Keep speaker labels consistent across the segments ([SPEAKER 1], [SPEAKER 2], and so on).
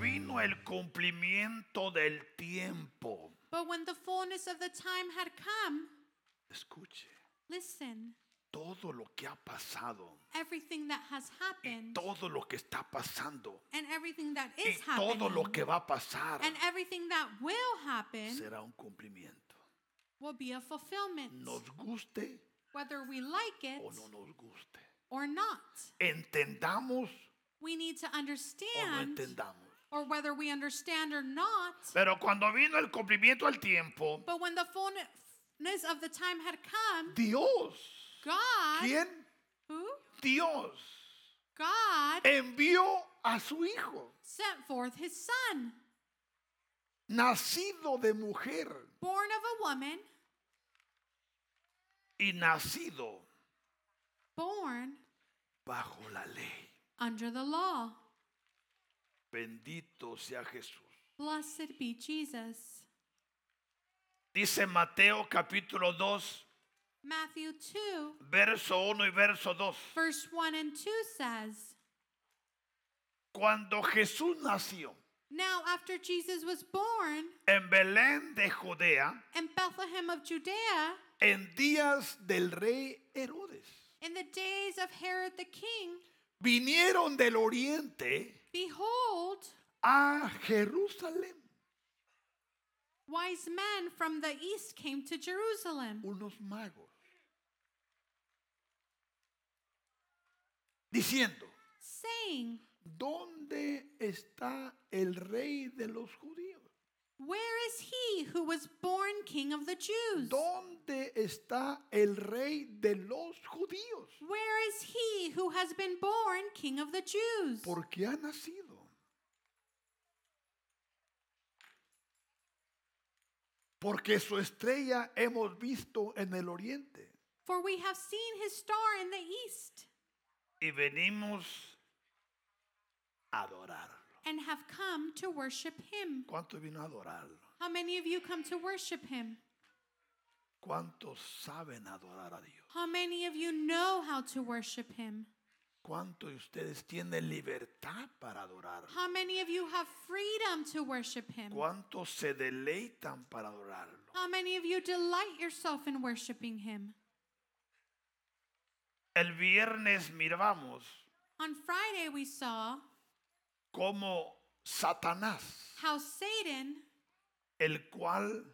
[SPEAKER 1] vino el cumplimiento del tiempo,
[SPEAKER 2] But when the fullness of the time had come,
[SPEAKER 1] escuche,
[SPEAKER 2] listen,
[SPEAKER 1] todo lo que ha pasado,
[SPEAKER 2] everything that has happened
[SPEAKER 1] todo lo que está pasando
[SPEAKER 2] and everything that
[SPEAKER 1] y
[SPEAKER 2] is
[SPEAKER 1] todo
[SPEAKER 2] happening
[SPEAKER 1] lo que va a pasar
[SPEAKER 2] and everything that will happen
[SPEAKER 1] será un cumplimiento.
[SPEAKER 2] will be a fulfillment,
[SPEAKER 1] Nos guste
[SPEAKER 2] whether we like it
[SPEAKER 1] o no nos guste.
[SPEAKER 2] or not.
[SPEAKER 1] Entendamos
[SPEAKER 2] We need to
[SPEAKER 1] o no
[SPEAKER 2] understand,
[SPEAKER 1] entendamos.
[SPEAKER 2] or whether we understand or not,
[SPEAKER 1] Pero cuando vino el cumplimiento al tiempo,
[SPEAKER 2] but when the fullness of the time had come,
[SPEAKER 1] Dios,
[SPEAKER 2] God,
[SPEAKER 1] ¿quién?
[SPEAKER 2] who?
[SPEAKER 1] Dios
[SPEAKER 2] God
[SPEAKER 1] Eh. envió a su hijo,
[SPEAKER 2] sent forth his son,
[SPEAKER 1] nacido de mujer
[SPEAKER 2] born of a woman,
[SPEAKER 1] y nacido
[SPEAKER 2] born
[SPEAKER 1] bajo la ley.
[SPEAKER 2] under the law.
[SPEAKER 1] Bendito sea Jesús.
[SPEAKER 2] Blessed be Jesus.
[SPEAKER 1] Dice Mateo capítulo 2,
[SPEAKER 2] Matthew 2,
[SPEAKER 1] verso 1 y verso 2.
[SPEAKER 2] verse 1 and 2 says,
[SPEAKER 1] Cuando Jesús nació
[SPEAKER 2] Now after Jesus was born
[SPEAKER 1] en Belén de Judea,
[SPEAKER 2] in Bethlehem of Judea,
[SPEAKER 1] en días del rey Herodes,
[SPEAKER 2] in the days of Herod the king,
[SPEAKER 1] vinieron del oriente
[SPEAKER 2] behold,
[SPEAKER 1] a Jerusalén
[SPEAKER 2] wise men from the east came to Jerusalem.
[SPEAKER 1] unos magos, diciendo,
[SPEAKER 2] saying,
[SPEAKER 1] ¿dónde está el rey de los judíos?
[SPEAKER 2] Where is he who was born king of the Jews?
[SPEAKER 1] ¿Dónde está el rey de los judíos?
[SPEAKER 2] Where is he who has been born king of the Jews?
[SPEAKER 1] Porque ha nacido. Porque su estrella hemos visto en el oriente.
[SPEAKER 2] For we have seen his star in the east
[SPEAKER 1] Y venimos a adorarlo.
[SPEAKER 2] and have come to worship him.
[SPEAKER 1] ¿Cuánto vino a adorarlo?
[SPEAKER 2] How many of you come to worship him?
[SPEAKER 1] ¿Cuántos saben adorar a Dios?
[SPEAKER 2] How many of you know how to worship him?
[SPEAKER 1] ¿Cuántos de ustedes tienen libertad para adorarlo?
[SPEAKER 2] How many of you have freedom to worship him?
[SPEAKER 1] ¿Cuántos se deleitan para adorarlo?
[SPEAKER 2] How many of you delight yourself in worshiping him?
[SPEAKER 1] El viernes miramos
[SPEAKER 2] On Friday, we saw
[SPEAKER 1] cómo Satanás,
[SPEAKER 2] how Satan,
[SPEAKER 1] el cual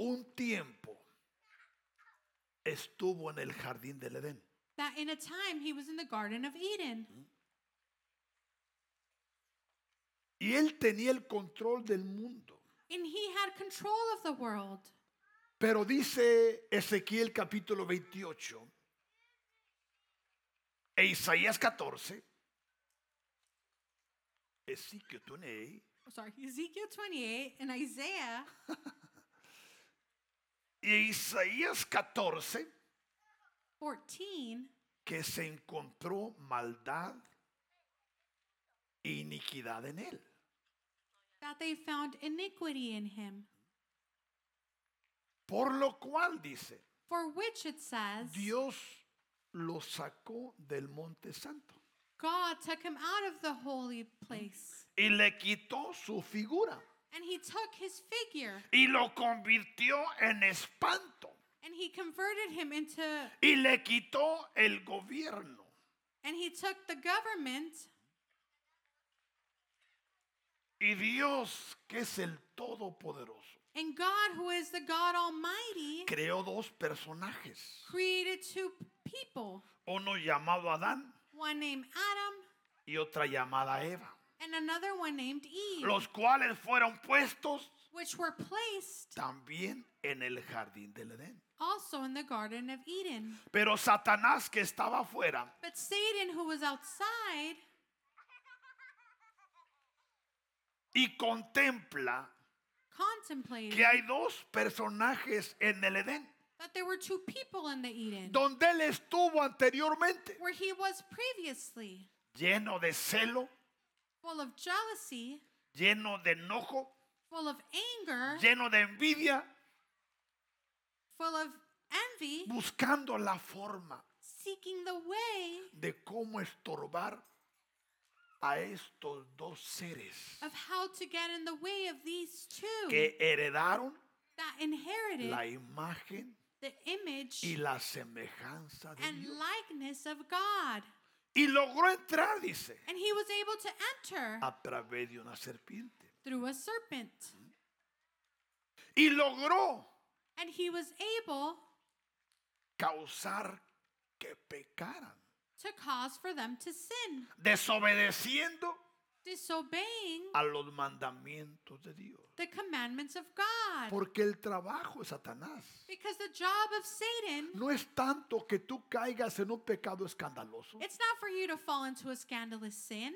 [SPEAKER 1] un tiempo estuvo en el jardín del Edén,
[SPEAKER 2] that in a time he was in the Garden of Eden,
[SPEAKER 1] y él tenía el control del mundo.
[SPEAKER 2] and he had control of the world.
[SPEAKER 1] Pero dice Ezequiel capítulo 28 e Isaías 14, Ezequiel 28,
[SPEAKER 2] Oh, Sorry, Ezekiel 28 and Isaiah
[SPEAKER 1] y Isaías 14
[SPEAKER 2] 14
[SPEAKER 1] que se encontró maldad e iniquidad en él.
[SPEAKER 2] that they found iniquity in him.
[SPEAKER 1] Por lo cual dice,
[SPEAKER 2] For which it says,
[SPEAKER 1] Dios lo sacó del monte santo
[SPEAKER 2] God took him out of the holy place,
[SPEAKER 1] y le quitó su figura
[SPEAKER 2] and he took his figure,
[SPEAKER 1] y lo convirtió en espanto
[SPEAKER 2] and he converted him into,
[SPEAKER 1] y le quitó el gobierno
[SPEAKER 2] and he took the government.
[SPEAKER 1] y Dios que es el todopoderoso
[SPEAKER 2] And God, who is the God Almighty,
[SPEAKER 1] creó dos personajes
[SPEAKER 2] created two people,
[SPEAKER 1] uno llamado Adán
[SPEAKER 2] one named Adam
[SPEAKER 1] y otra llamada Eva
[SPEAKER 2] and another one named Eve,
[SPEAKER 1] los cuales fueron puestos
[SPEAKER 2] which were placed
[SPEAKER 1] también en el jardín del Edén
[SPEAKER 2] also in the Garden of Eden.
[SPEAKER 1] pero Satanás que estaba afuera
[SPEAKER 2] But Satan, who was outside,
[SPEAKER 1] y contempla
[SPEAKER 2] contemplated
[SPEAKER 1] que hay dos personajes en el Edén,
[SPEAKER 2] that there were two people in the Eden
[SPEAKER 1] donde él estuvo anteriormente,
[SPEAKER 2] where he was previously,
[SPEAKER 1] lleno de celo,
[SPEAKER 2] full of jealousy,
[SPEAKER 1] lleno de enojo,
[SPEAKER 2] full of anger,
[SPEAKER 1] lleno de envidia,
[SPEAKER 2] full of envy,
[SPEAKER 1] buscando la forma
[SPEAKER 2] seeking the way
[SPEAKER 1] de cómo estorbar a estos dos seres
[SPEAKER 2] of how to get in the way of these two
[SPEAKER 1] que heredaron
[SPEAKER 2] that inherited
[SPEAKER 1] la imagen
[SPEAKER 2] the image
[SPEAKER 1] y la semejanza de
[SPEAKER 2] and
[SPEAKER 1] Dios.
[SPEAKER 2] likeness of God.
[SPEAKER 1] Y logró entrar, dice,
[SPEAKER 2] And he was able to enter
[SPEAKER 1] a través de una serpiente.
[SPEAKER 2] through a serpent.
[SPEAKER 1] Y logró
[SPEAKER 2] And he was able
[SPEAKER 1] causar que pecaran,
[SPEAKER 2] to cause for them to sin,
[SPEAKER 1] desobedeciendo
[SPEAKER 2] disobeying
[SPEAKER 1] a los mandamientos de Dios.
[SPEAKER 2] the commandments of God.
[SPEAKER 1] Porque el trabajo de Satanás
[SPEAKER 2] Because the job of Satan,
[SPEAKER 1] no es tanto que tú caigas en un pecado escandaloso,
[SPEAKER 2] it's not for you to fall into a scandalous sin,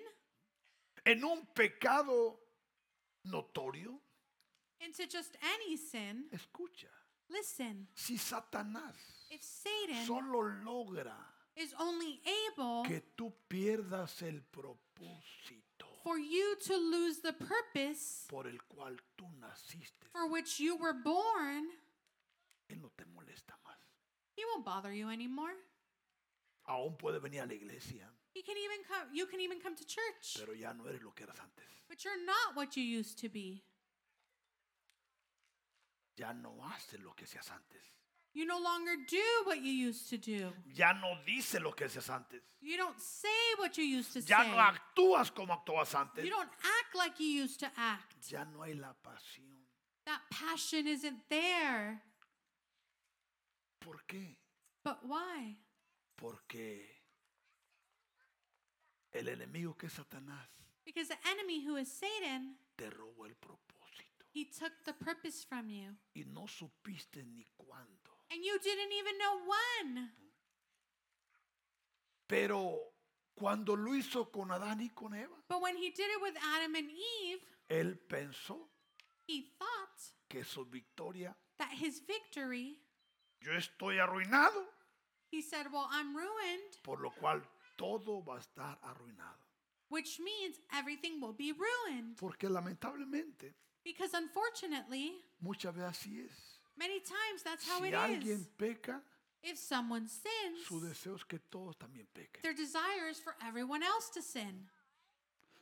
[SPEAKER 1] en un pecado notorio.
[SPEAKER 2] into just any sin.
[SPEAKER 1] Escucha,
[SPEAKER 2] Listen,
[SPEAKER 1] si Satanás
[SPEAKER 2] if Satan
[SPEAKER 1] solo logra
[SPEAKER 2] is only able
[SPEAKER 1] que tú pierdas el propósito
[SPEAKER 2] for you to lose the purpose
[SPEAKER 1] por el cual tú naciste,
[SPEAKER 2] for which you were born,
[SPEAKER 1] él no te molesta más.
[SPEAKER 2] he won't bother you anymore.
[SPEAKER 1] Aún puede venir a la iglesia,
[SPEAKER 2] He can even come you can even come to church,
[SPEAKER 1] pero ya no eres lo que eras antes.
[SPEAKER 2] but you're not what you used to be.
[SPEAKER 1] Ya no haces lo que hacías antes.
[SPEAKER 2] You no longer do what you used to do.
[SPEAKER 1] Ya no dices lo que hacías antes.
[SPEAKER 2] You don't say what you used to
[SPEAKER 1] Ya
[SPEAKER 2] say.
[SPEAKER 1] no actúas como actuabas antes.
[SPEAKER 2] You don't act like you used to act.
[SPEAKER 1] Ya no hay la pasión.
[SPEAKER 2] That passion isn't there.
[SPEAKER 1] ¿Por qué?
[SPEAKER 2] But why?
[SPEAKER 1] Porque el enemigo que es Satanás
[SPEAKER 2] Because the enemy, who is Satan,
[SPEAKER 1] te robó el propósito
[SPEAKER 2] he took the purpose from you.
[SPEAKER 1] y no supiste ni cuándo.
[SPEAKER 2] And you didn't even know when.
[SPEAKER 1] Pero cuando lo hizo con Adán y con Eva,
[SPEAKER 2] But when he did it with Adam and Eve,
[SPEAKER 1] él pensó
[SPEAKER 2] he thought
[SPEAKER 1] que su victoria,
[SPEAKER 2] that his victory,
[SPEAKER 1] yo estoy arruinado,
[SPEAKER 2] he said, Well, I'm ruined,
[SPEAKER 1] por lo cual todo va a estar arruinado.
[SPEAKER 2] which means everything will be ruined.
[SPEAKER 1] Porque lamentablemente,
[SPEAKER 2] Because unfortunately,
[SPEAKER 1] muchas veces así es.
[SPEAKER 2] many times that's how
[SPEAKER 1] Si
[SPEAKER 2] it
[SPEAKER 1] alguien
[SPEAKER 2] is.
[SPEAKER 1] peca,
[SPEAKER 2] If someone
[SPEAKER 1] su
[SPEAKER 2] sins,
[SPEAKER 1] deseo es que todos también pequen.
[SPEAKER 2] their desire is for everyone else to sin.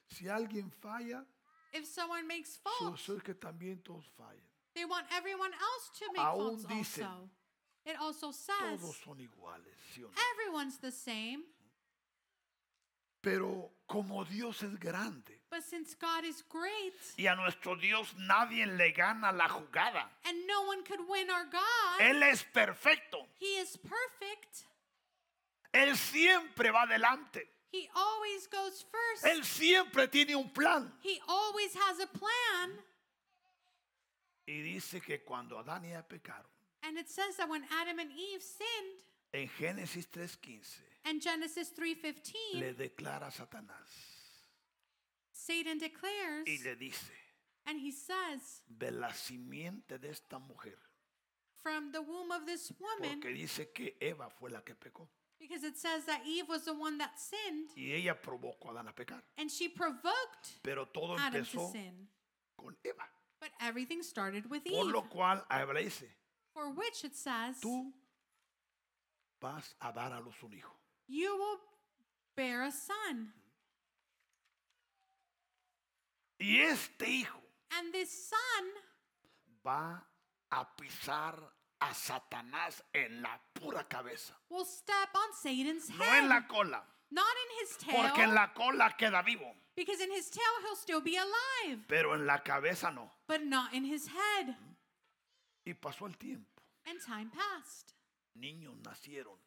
[SPEAKER 1] Si alguien falla,
[SPEAKER 2] If someone makes
[SPEAKER 1] su
[SPEAKER 2] faults,
[SPEAKER 1] deseo es que también todos fallen.
[SPEAKER 2] they want everyone else to make
[SPEAKER 1] Aún
[SPEAKER 2] faults
[SPEAKER 1] dicen,
[SPEAKER 2] also. It also says
[SPEAKER 1] Todos son iguales, ¿sí o no?
[SPEAKER 2] everyone's the same,
[SPEAKER 1] Pero como Dios es grande
[SPEAKER 2] but since God is great
[SPEAKER 1] y a nuestro Dios nadie le gana la jugada.
[SPEAKER 2] and no one could win our God,
[SPEAKER 1] Él es perfecto.
[SPEAKER 2] He is perfect.
[SPEAKER 1] Él siempre va adelante.
[SPEAKER 2] He always goes first.
[SPEAKER 1] Él siempre tiene un plan.
[SPEAKER 2] He always has a plan.
[SPEAKER 1] Y dice que cuando Adán y Eva pecaron,
[SPEAKER 2] And it says that when Adam and Eve sinned,
[SPEAKER 1] en Génesis 3:15,
[SPEAKER 2] and Genesis 3:15,
[SPEAKER 1] le declara a Satanás
[SPEAKER 2] Satan declares
[SPEAKER 1] y le dice,
[SPEAKER 2] and he says,
[SPEAKER 1] de la simiente de esta mujer,
[SPEAKER 2] from the womb of this woman,
[SPEAKER 1] porque dice que Eva fue la que pecó
[SPEAKER 2] because it says that Eve was the one that sinned.
[SPEAKER 1] y ella provocó a Adán a pecar.
[SPEAKER 2] And she provoked
[SPEAKER 1] Pero todo
[SPEAKER 2] Adam to
[SPEAKER 1] empezó
[SPEAKER 2] sin.
[SPEAKER 1] con Eva.
[SPEAKER 2] But everything started with
[SPEAKER 1] Por
[SPEAKER 2] Eve,
[SPEAKER 1] lo cual a Eva le dice,
[SPEAKER 2] for which it says,
[SPEAKER 1] tú vas a dar a luz un hijo.
[SPEAKER 2] You will bear a son,
[SPEAKER 1] Y este hijo
[SPEAKER 2] and this son
[SPEAKER 1] va a pisar a Satanás en la pura cabeza,
[SPEAKER 2] will step on Satan's
[SPEAKER 1] no en
[SPEAKER 2] head,
[SPEAKER 1] la cola,
[SPEAKER 2] not in his
[SPEAKER 1] porque en
[SPEAKER 2] tail,
[SPEAKER 1] la cola queda vivo,
[SPEAKER 2] because in his tail he'll still be alive,
[SPEAKER 1] pero en la cabeza no.
[SPEAKER 2] but not in his head.
[SPEAKER 1] Y pasó el tiempo,
[SPEAKER 2] And time passed.
[SPEAKER 1] niños nacieron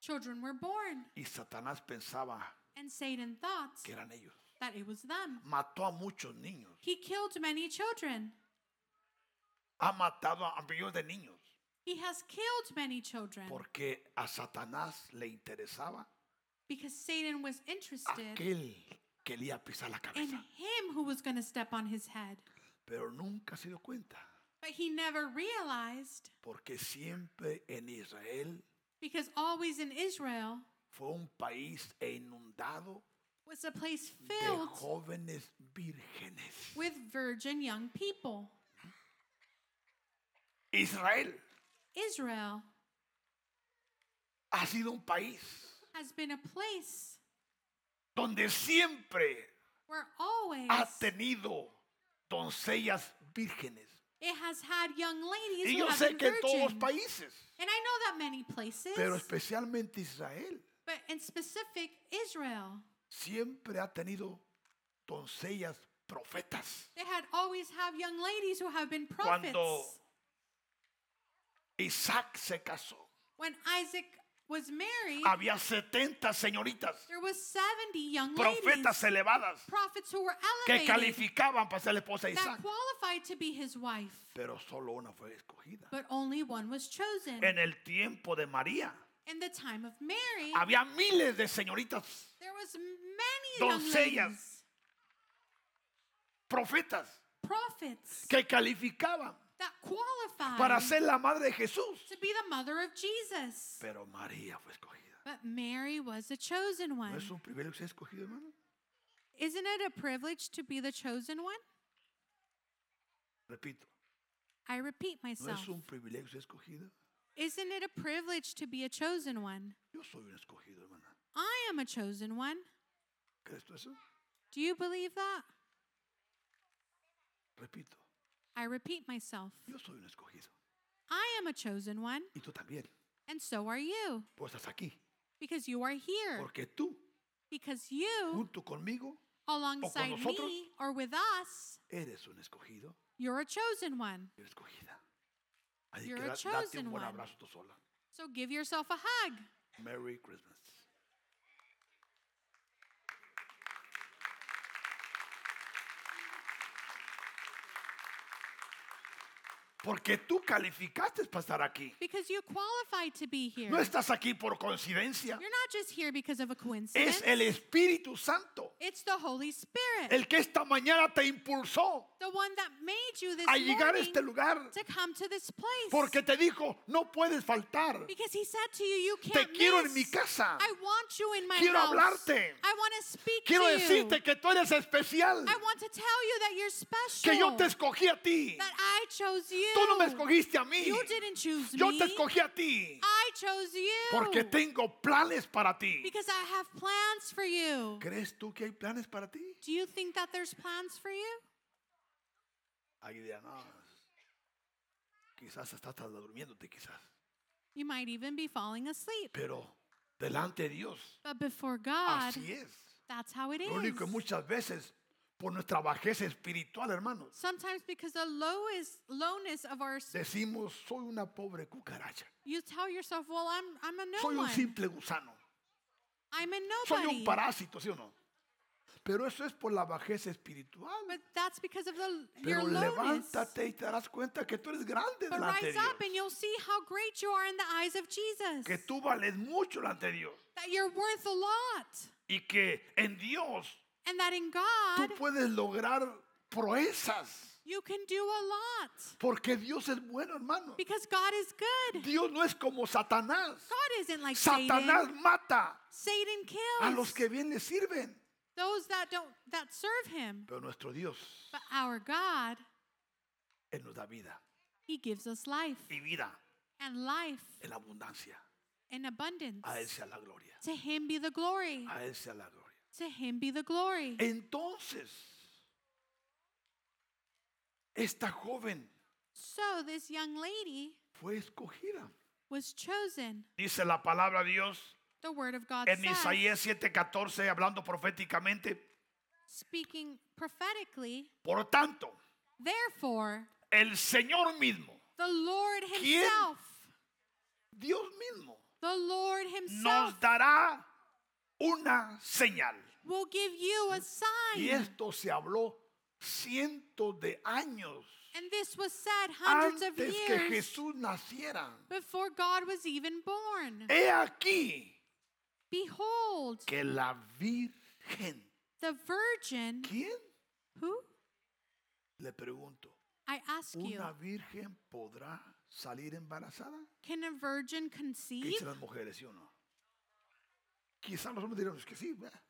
[SPEAKER 2] Children were born,
[SPEAKER 1] y Satanás pensaba
[SPEAKER 2] and Satan thought
[SPEAKER 1] que eran ellos.
[SPEAKER 2] that it was them.
[SPEAKER 1] Mató a muchos niños,
[SPEAKER 2] He killed many children.
[SPEAKER 1] ha matado a millones de niños,
[SPEAKER 2] He has killed many children
[SPEAKER 1] porque a Satanás le interesaba
[SPEAKER 2] because Satan was interested
[SPEAKER 1] aquel que le iba a pisar la
[SPEAKER 2] in
[SPEAKER 1] cabeza,
[SPEAKER 2] him who was going to step on his head.
[SPEAKER 1] pero nunca se dio cuenta,
[SPEAKER 2] But he never realized
[SPEAKER 1] porque siempre en Israel
[SPEAKER 2] because always in Israel
[SPEAKER 1] fue un país inundado
[SPEAKER 2] was a place
[SPEAKER 1] de
[SPEAKER 2] filled
[SPEAKER 1] jóvenes vírgenes.
[SPEAKER 2] with virgin young people.
[SPEAKER 1] Israel
[SPEAKER 2] Israel
[SPEAKER 1] ha sido un país
[SPEAKER 2] has been a place
[SPEAKER 1] donde siempre
[SPEAKER 2] were always.
[SPEAKER 1] ha tenido doncellas vírgenes.
[SPEAKER 2] It has had young ladies
[SPEAKER 1] Y
[SPEAKER 2] who
[SPEAKER 1] yo
[SPEAKER 2] have
[SPEAKER 1] sé
[SPEAKER 2] been
[SPEAKER 1] que en todos los
[SPEAKER 2] virgin.
[SPEAKER 1] países,
[SPEAKER 2] And I know that many places,
[SPEAKER 1] pero especialmente Israel,
[SPEAKER 2] but in specific Israel,
[SPEAKER 1] siempre ha tenido doncellas profetas.
[SPEAKER 2] they had always have young ladies who have been prophets.
[SPEAKER 1] Cuando- Isaac se casó.
[SPEAKER 2] when Isaac was married,
[SPEAKER 1] Había 70 señoritas,
[SPEAKER 2] there was 70 young ladies,
[SPEAKER 1] profetas elevadas,
[SPEAKER 2] prophets who were
[SPEAKER 1] que
[SPEAKER 2] elevated
[SPEAKER 1] calificaban para ser la esposa de
[SPEAKER 2] that
[SPEAKER 1] Isaac.
[SPEAKER 2] qualified to be his wife,
[SPEAKER 1] Pero solo una fue escogida.
[SPEAKER 2] but only one was chosen.
[SPEAKER 1] En el tiempo de María,
[SPEAKER 2] in the time of Mary,
[SPEAKER 1] había miles de señoritas
[SPEAKER 2] there was many
[SPEAKER 1] Doncellas.
[SPEAKER 2] young ladies,
[SPEAKER 1] profetas
[SPEAKER 2] prophets
[SPEAKER 1] que calificaban
[SPEAKER 2] that qualified
[SPEAKER 1] para ser la madre de Jesús.
[SPEAKER 2] to be the mother of Jesus.
[SPEAKER 1] Pero María fue escogida.
[SPEAKER 2] But Mary was the chosen
[SPEAKER 1] ¿No
[SPEAKER 2] one.
[SPEAKER 1] es un privilegio ser escogido, hermano?
[SPEAKER 2] Isn't it a privilege to be the chosen one?
[SPEAKER 1] Repito,
[SPEAKER 2] I repeat
[SPEAKER 1] ¿no
[SPEAKER 2] myself.
[SPEAKER 1] es un privilegio ser escogida?
[SPEAKER 2] Isn't it a privilege to be a chosen one?
[SPEAKER 1] Yo soy un escogido, hermana.
[SPEAKER 2] I am a chosen one.
[SPEAKER 1] ¿Crees tú eso?
[SPEAKER 2] Do you believe that?
[SPEAKER 1] Repito,
[SPEAKER 2] I repeat myself.
[SPEAKER 1] yo soy un escogido.
[SPEAKER 2] I am a chosen one,
[SPEAKER 1] Y tú también.
[SPEAKER 2] and so are you,
[SPEAKER 1] Pues estás aquí.
[SPEAKER 2] because you are here.
[SPEAKER 1] Porque tú,
[SPEAKER 2] Because you,
[SPEAKER 1] junto conmigo,
[SPEAKER 2] alongside
[SPEAKER 1] nosotros.
[SPEAKER 2] me or with us,
[SPEAKER 1] eres un escogido
[SPEAKER 2] you're a chosen one.
[SPEAKER 1] y una escogida. Así
[SPEAKER 2] You're
[SPEAKER 1] que
[SPEAKER 2] a
[SPEAKER 1] da- date
[SPEAKER 2] chosen
[SPEAKER 1] un buen
[SPEAKER 2] one.
[SPEAKER 1] abrazo tú sola.
[SPEAKER 2] So give yourself a hug.
[SPEAKER 1] Merry Christmas. Porque tú calificaste para estar aquí.
[SPEAKER 2] Because you qualified to be here.
[SPEAKER 1] No estás aquí por coincidencia.
[SPEAKER 2] You're not just here because of a coincidence.
[SPEAKER 1] Es el Espíritu Santo
[SPEAKER 2] It's the Holy Spirit,
[SPEAKER 1] el que esta mañana te impulsó
[SPEAKER 2] the one that made you this
[SPEAKER 1] a llegar a
[SPEAKER 2] morning
[SPEAKER 1] este lugar.
[SPEAKER 2] to come to this place.
[SPEAKER 1] Porque te dijo, no puedes faltar.
[SPEAKER 2] because he said to you, you
[SPEAKER 1] Te
[SPEAKER 2] can't
[SPEAKER 1] quiero
[SPEAKER 2] miss.
[SPEAKER 1] en mi casa.
[SPEAKER 2] I want you in my
[SPEAKER 1] Quiero
[SPEAKER 2] house.
[SPEAKER 1] hablarte.
[SPEAKER 2] I want to speak
[SPEAKER 1] Quiero
[SPEAKER 2] to you.
[SPEAKER 1] decirte que tú eres especial.
[SPEAKER 2] I want to tell you that you're special.
[SPEAKER 1] Que yo te escogí a ti.
[SPEAKER 2] that I chose you.
[SPEAKER 1] Tú no me escogiste a mí.
[SPEAKER 2] You didn't choose
[SPEAKER 1] Yo
[SPEAKER 2] me. Oh.
[SPEAKER 1] te escogí a ti.
[SPEAKER 2] I chose you.
[SPEAKER 1] Porque tengo planes para ti.
[SPEAKER 2] because I have plans for you.
[SPEAKER 1] ¿Crees tú que hay planes para ti?
[SPEAKER 2] Do you think that there's plans for you?
[SPEAKER 1] Ahí dirán, no. Quizás estás hasta durmiéndote, quizás.
[SPEAKER 2] You might even be falling asleep.
[SPEAKER 1] Pero delante de Dios,
[SPEAKER 2] But before God,
[SPEAKER 1] así es.
[SPEAKER 2] that's how it is.
[SPEAKER 1] Lo único que muchas veces, por nuestra bajeza espiritual, hermanos,
[SPEAKER 2] Sometimes because the lowest lowness of our s-
[SPEAKER 1] decimos, soy una pobre cucaracha.
[SPEAKER 2] you tell yourself, well, I'm I'm a no
[SPEAKER 1] Soy un
[SPEAKER 2] one.
[SPEAKER 1] simple gusano.
[SPEAKER 2] I'm a
[SPEAKER 1] Soy
[SPEAKER 2] nobody.
[SPEAKER 1] un parásito, ¿sí o no? Pero eso es por la bajeza espiritual.
[SPEAKER 2] but that's because of the your
[SPEAKER 1] Pero
[SPEAKER 2] lowness.
[SPEAKER 1] levántate y te darás cuenta que tú eres grande
[SPEAKER 2] But
[SPEAKER 1] delante de
[SPEAKER 2] rise
[SPEAKER 1] Dios.
[SPEAKER 2] up and you'll see how great you are in the eyes of Jesus.
[SPEAKER 1] Que tú vales mucho delante de Dios.
[SPEAKER 2] that you're worth a lot.
[SPEAKER 1] Y que en Dios
[SPEAKER 2] And that in
[SPEAKER 1] tú
[SPEAKER 2] God
[SPEAKER 1] puedes lograr proezas.
[SPEAKER 2] you can do a lot.
[SPEAKER 1] Porque Dios es bueno, hermano.
[SPEAKER 2] Because God is good.
[SPEAKER 1] Dios no es como Satanás.
[SPEAKER 2] God isn't like
[SPEAKER 1] Satanás
[SPEAKER 2] Satan.
[SPEAKER 1] mata
[SPEAKER 2] Satan
[SPEAKER 1] a
[SPEAKER 2] kills
[SPEAKER 1] los que bien le sirven.
[SPEAKER 2] those that don't that serve him.
[SPEAKER 1] Pero nuestro Dios,
[SPEAKER 2] But our God,
[SPEAKER 1] Él nos da vida.
[SPEAKER 2] he gives us life
[SPEAKER 1] Y vida
[SPEAKER 2] and life
[SPEAKER 1] en abundancia.
[SPEAKER 2] in abundance.
[SPEAKER 1] A Él sea la gloria.
[SPEAKER 2] To him be the glory.
[SPEAKER 1] A Él sea la gloria.
[SPEAKER 2] To him be the glory.
[SPEAKER 1] Entonces, esta joven
[SPEAKER 2] So this young lady
[SPEAKER 1] fue escogida.
[SPEAKER 2] was chosen.
[SPEAKER 1] Dice la palabra de Dios
[SPEAKER 2] The word of God
[SPEAKER 1] en
[SPEAKER 2] says,
[SPEAKER 1] Isaías 7:14, hablando proféticamente.
[SPEAKER 2] speaking prophetically,
[SPEAKER 1] Por tanto,
[SPEAKER 2] therefore
[SPEAKER 1] el Señor mismo,
[SPEAKER 2] the Lord
[SPEAKER 1] ¿Quién?
[SPEAKER 2] himself,
[SPEAKER 1] Dios mismo,
[SPEAKER 2] the Lord himself
[SPEAKER 1] nos dará una señal.
[SPEAKER 2] will give you a sign.
[SPEAKER 1] Y esto se habló cientos de años
[SPEAKER 2] And this was said hundreds
[SPEAKER 1] antes
[SPEAKER 2] of
[SPEAKER 1] que
[SPEAKER 2] years
[SPEAKER 1] Jesús naciera.
[SPEAKER 2] before God was even born.
[SPEAKER 1] He aquí
[SPEAKER 2] Behold,
[SPEAKER 1] que la Virgen,
[SPEAKER 2] the virgin
[SPEAKER 1] ¿quién?
[SPEAKER 2] who?
[SPEAKER 1] Le pregunto,
[SPEAKER 2] I ask you,
[SPEAKER 1] ¿Una virgen podrá salir embarazada?
[SPEAKER 2] can a virgin
[SPEAKER 1] ¿Qué
[SPEAKER 2] conceive?
[SPEAKER 1] dicen las mujeres, sí o no? Quizás los hombres dirán, es que sí, ¿verdad?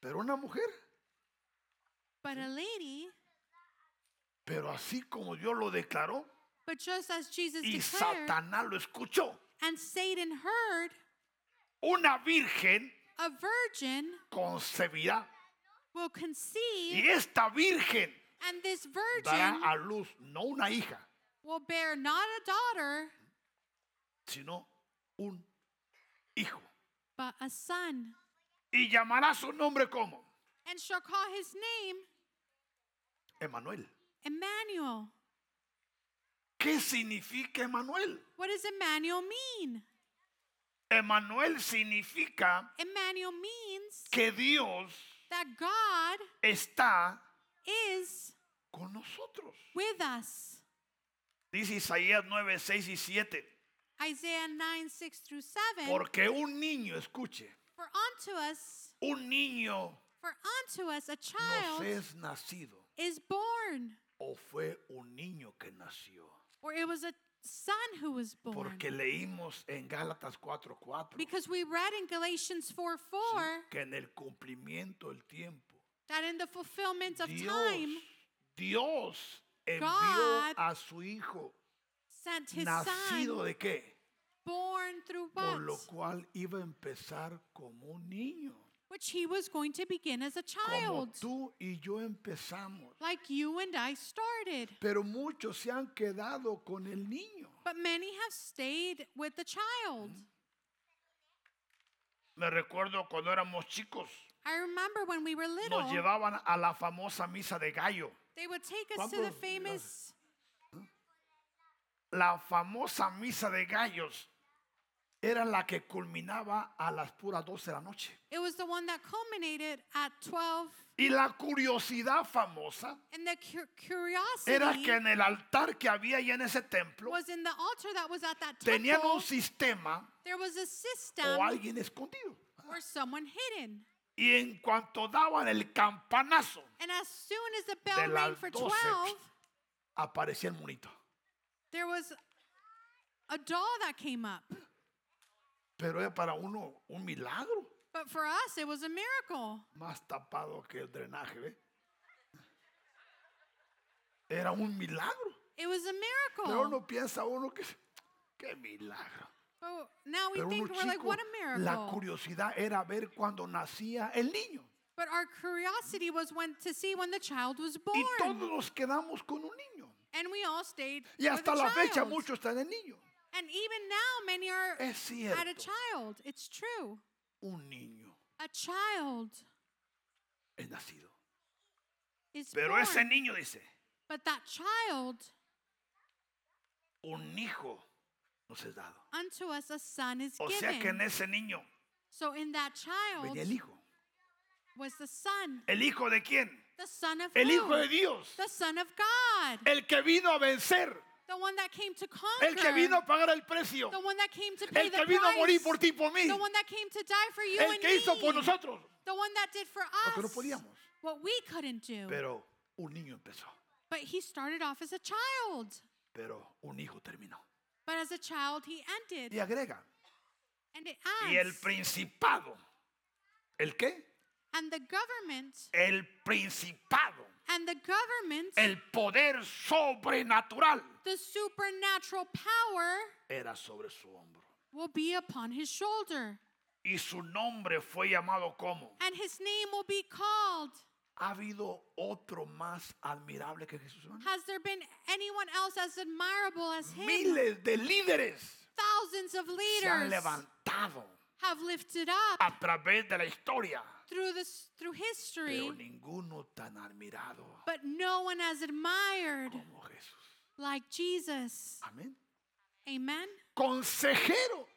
[SPEAKER 1] Pero una mujer,
[SPEAKER 2] But a lady,
[SPEAKER 1] pero así como Dios lo declaró
[SPEAKER 2] but just as Jesus
[SPEAKER 1] y
[SPEAKER 2] declared,
[SPEAKER 1] Satanás lo escuchó,
[SPEAKER 2] and Satan heard,
[SPEAKER 1] una virgen
[SPEAKER 2] a virgin
[SPEAKER 1] concebirá
[SPEAKER 2] will conceive,
[SPEAKER 1] Y esta virgen
[SPEAKER 2] and this
[SPEAKER 1] dará
[SPEAKER 2] virgin
[SPEAKER 1] a luz no una hija,
[SPEAKER 2] will bear not a daughter,
[SPEAKER 1] sino un hijo.
[SPEAKER 2] but a son.
[SPEAKER 1] Y llamará su nombre como
[SPEAKER 2] And shall call his name
[SPEAKER 1] Emanuel.
[SPEAKER 2] Emmanuel.
[SPEAKER 1] ¿Qué significa Emanuel?
[SPEAKER 2] What does Emmanuel mean?
[SPEAKER 1] Emanuel significa
[SPEAKER 2] Emmanuel means
[SPEAKER 1] que Dios
[SPEAKER 2] that God
[SPEAKER 1] está
[SPEAKER 2] is
[SPEAKER 1] con nosotros.
[SPEAKER 2] with us.
[SPEAKER 1] Dice Isaías 9, 6 y 7.
[SPEAKER 2] Isaiah 9, 6 through 7.
[SPEAKER 1] Porque un niño, escuche,
[SPEAKER 2] For unto us,
[SPEAKER 1] un niño
[SPEAKER 2] for unto us a
[SPEAKER 1] nos
[SPEAKER 2] child
[SPEAKER 1] es nacido.
[SPEAKER 2] is born,
[SPEAKER 1] O fue un niño que nació.
[SPEAKER 2] or it was a son who was born.
[SPEAKER 1] Porque leímos en Gálatas 4, 4.
[SPEAKER 2] Because we read in Galatians 4 4
[SPEAKER 1] que en el cumplimiento del tiempo
[SPEAKER 2] that in the fulfillment of
[SPEAKER 1] Dios,
[SPEAKER 2] time
[SPEAKER 1] Dios envió
[SPEAKER 2] God
[SPEAKER 1] a su hijo
[SPEAKER 2] sent his
[SPEAKER 1] nacido
[SPEAKER 2] son,
[SPEAKER 1] de qué
[SPEAKER 2] born through
[SPEAKER 1] por lo
[SPEAKER 2] what?
[SPEAKER 1] cual iba a empezar como un niño
[SPEAKER 2] Which he was going to begin as a child,
[SPEAKER 1] como tú y yo empezamos
[SPEAKER 2] like you and I started.
[SPEAKER 1] pero muchos se han quedado con el niño
[SPEAKER 2] But many have stayed with the child.
[SPEAKER 1] Mm-hmm. me recuerdo cuando éramos chicos
[SPEAKER 2] I remember when we were little,
[SPEAKER 1] nos llevaban a la famosa misa de gallo
[SPEAKER 2] they would take us to the
[SPEAKER 1] ¿Cuántos-
[SPEAKER 2] famous,
[SPEAKER 1] la famosa misa de gallos era la que culminaba a las puras 12 de la noche
[SPEAKER 2] it was the one that culminated at 12.
[SPEAKER 1] Y la curiosidad famosa
[SPEAKER 2] And the cu- curiosity
[SPEAKER 1] era que en el altar que había allá en ese templo
[SPEAKER 2] was in the altar that was at that
[SPEAKER 1] tenían
[SPEAKER 2] temple.
[SPEAKER 1] un sistema
[SPEAKER 2] There was a system
[SPEAKER 1] o alguien escondido.
[SPEAKER 2] or someone hidden.
[SPEAKER 1] Y en cuanto daban el campanazo,
[SPEAKER 2] And as soon as the
[SPEAKER 1] De
[SPEAKER 2] bell rang
[SPEAKER 1] las
[SPEAKER 2] for
[SPEAKER 1] 12,
[SPEAKER 2] 12,
[SPEAKER 1] aparecía el monito.
[SPEAKER 2] there was a doll that came up.
[SPEAKER 1] Pero era para uno un milagro,
[SPEAKER 2] But for us, it was a miracle.
[SPEAKER 1] más tapado que el drenaje. ¿ve? Era un milagro.
[SPEAKER 2] It was a
[SPEAKER 1] Pero
[SPEAKER 2] miracle.
[SPEAKER 1] uno piensa uno que qué milagro.
[SPEAKER 2] But now we
[SPEAKER 1] Pero uno
[SPEAKER 2] think we're like,
[SPEAKER 1] chico,
[SPEAKER 2] what a
[SPEAKER 1] la
[SPEAKER 2] miracle.
[SPEAKER 1] curiosidad era ver cuando nacía el niño.
[SPEAKER 2] But our curiosity was when, to see when the child was born.
[SPEAKER 1] Y todos nos quedamos con un niño.
[SPEAKER 2] And we all stayed
[SPEAKER 1] Y hasta
[SPEAKER 2] with a
[SPEAKER 1] la fecha
[SPEAKER 2] child.
[SPEAKER 1] muchos están en niño.
[SPEAKER 2] And even now, many are
[SPEAKER 1] Es
[SPEAKER 2] at a
[SPEAKER 1] cierto,
[SPEAKER 2] child. It's true.
[SPEAKER 1] un niño
[SPEAKER 2] A child
[SPEAKER 1] es nacido.
[SPEAKER 2] is
[SPEAKER 1] Pero
[SPEAKER 2] born.
[SPEAKER 1] ese niño dice,
[SPEAKER 2] But that child
[SPEAKER 1] un hijo nos es dado.
[SPEAKER 2] unto us a son is
[SPEAKER 1] O sea que en
[SPEAKER 2] given.
[SPEAKER 1] ese niño
[SPEAKER 2] So in that child
[SPEAKER 1] venía el hijo.
[SPEAKER 2] was the son,
[SPEAKER 1] ¿El hijo de quién?
[SPEAKER 2] the son of
[SPEAKER 1] El
[SPEAKER 2] who?
[SPEAKER 1] hijo de Dios.
[SPEAKER 2] the son of God,
[SPEAKER 1] El que vino a vencer.
[SPEAKER 2] the one that came to conquer,
[SPEAKER 1] El que vino a pagar el precio.
[SPEAKER 2] the one that came to pay
[SPEAKER 1] El
[SPEAKER 2] the
[SPEAKER 1] que vino a
[SPEAKER 2] price,
[SPEAKER 1] morir por ti y por mí.
[SPEAKER 2] the one that came to die for you
[SPEAKER 1] El
[SPEAKER 2] and
[SPEAKER 1] que hizo
[SPEAKER 2] me,
[SPEAKER 1] por nosotros.
[SPEAKER 2] the one that did for
[SPEAKER 1] Porque
[SPEAKER 2] us
[SPEAKER 1] no podíamos.
[SPEAKER 2] what we couldn't do.
[SPEAKER 1] Pero un niño empezó.
[SPEAKER 2] but he started off as a child,
[SPEAKER 1] Pero un hijo terminó.
[SPEAKER 2] but as a child he ended,
[SPEAKER 1] Y agrega.
[SPEAKER 2] and it
[SPEAKER 1] Y el
[SPEAKER 2] adds,
[SPEAKER 1] principado. ¿El qué?
[SPEAKER 2] and the government,
[SPEAKER 1] El principado.
[SPEAKER 2] and the government,
[SPEAKER 1] El poder sobrenatural
[SPEAKER 2] the supernatural power
[SPEAKER 1] era sobre su hombro.
[SPEAKER 2] will be upon his shoulder.
[SPEAKER 1] Y su nombre fue llamado como.
[SPEAKER 2] and his name will be called.
[SPEAKER 1] ¿Ha habido otro más admirable que Jesús? hermano?
[SPEAKER 2] Has there been anyone else as admirable as him?
[SPEAKER 1] Miles de líderes
[SPEAKER 2] Thousands of
[SPEAKER 1] se han
[SPEAKER 2] leaders
[SPEAKER 1] levantado
[SPEAKER 2] have lifted up
[SPEAKER 1] a través de la historia,
[SPEAKER 2] through this through history,
[SPEAKER 1] pero ninguno tan admirado
[SPEAKER 2] but no one has admired
[SPEAKER 1] como Jesús.
[SPEAKER 2] like Jesus.
[SPEAKER 1] Amén.
[SPEAKER 2] Amen.
[SPEAKER 1] Consejero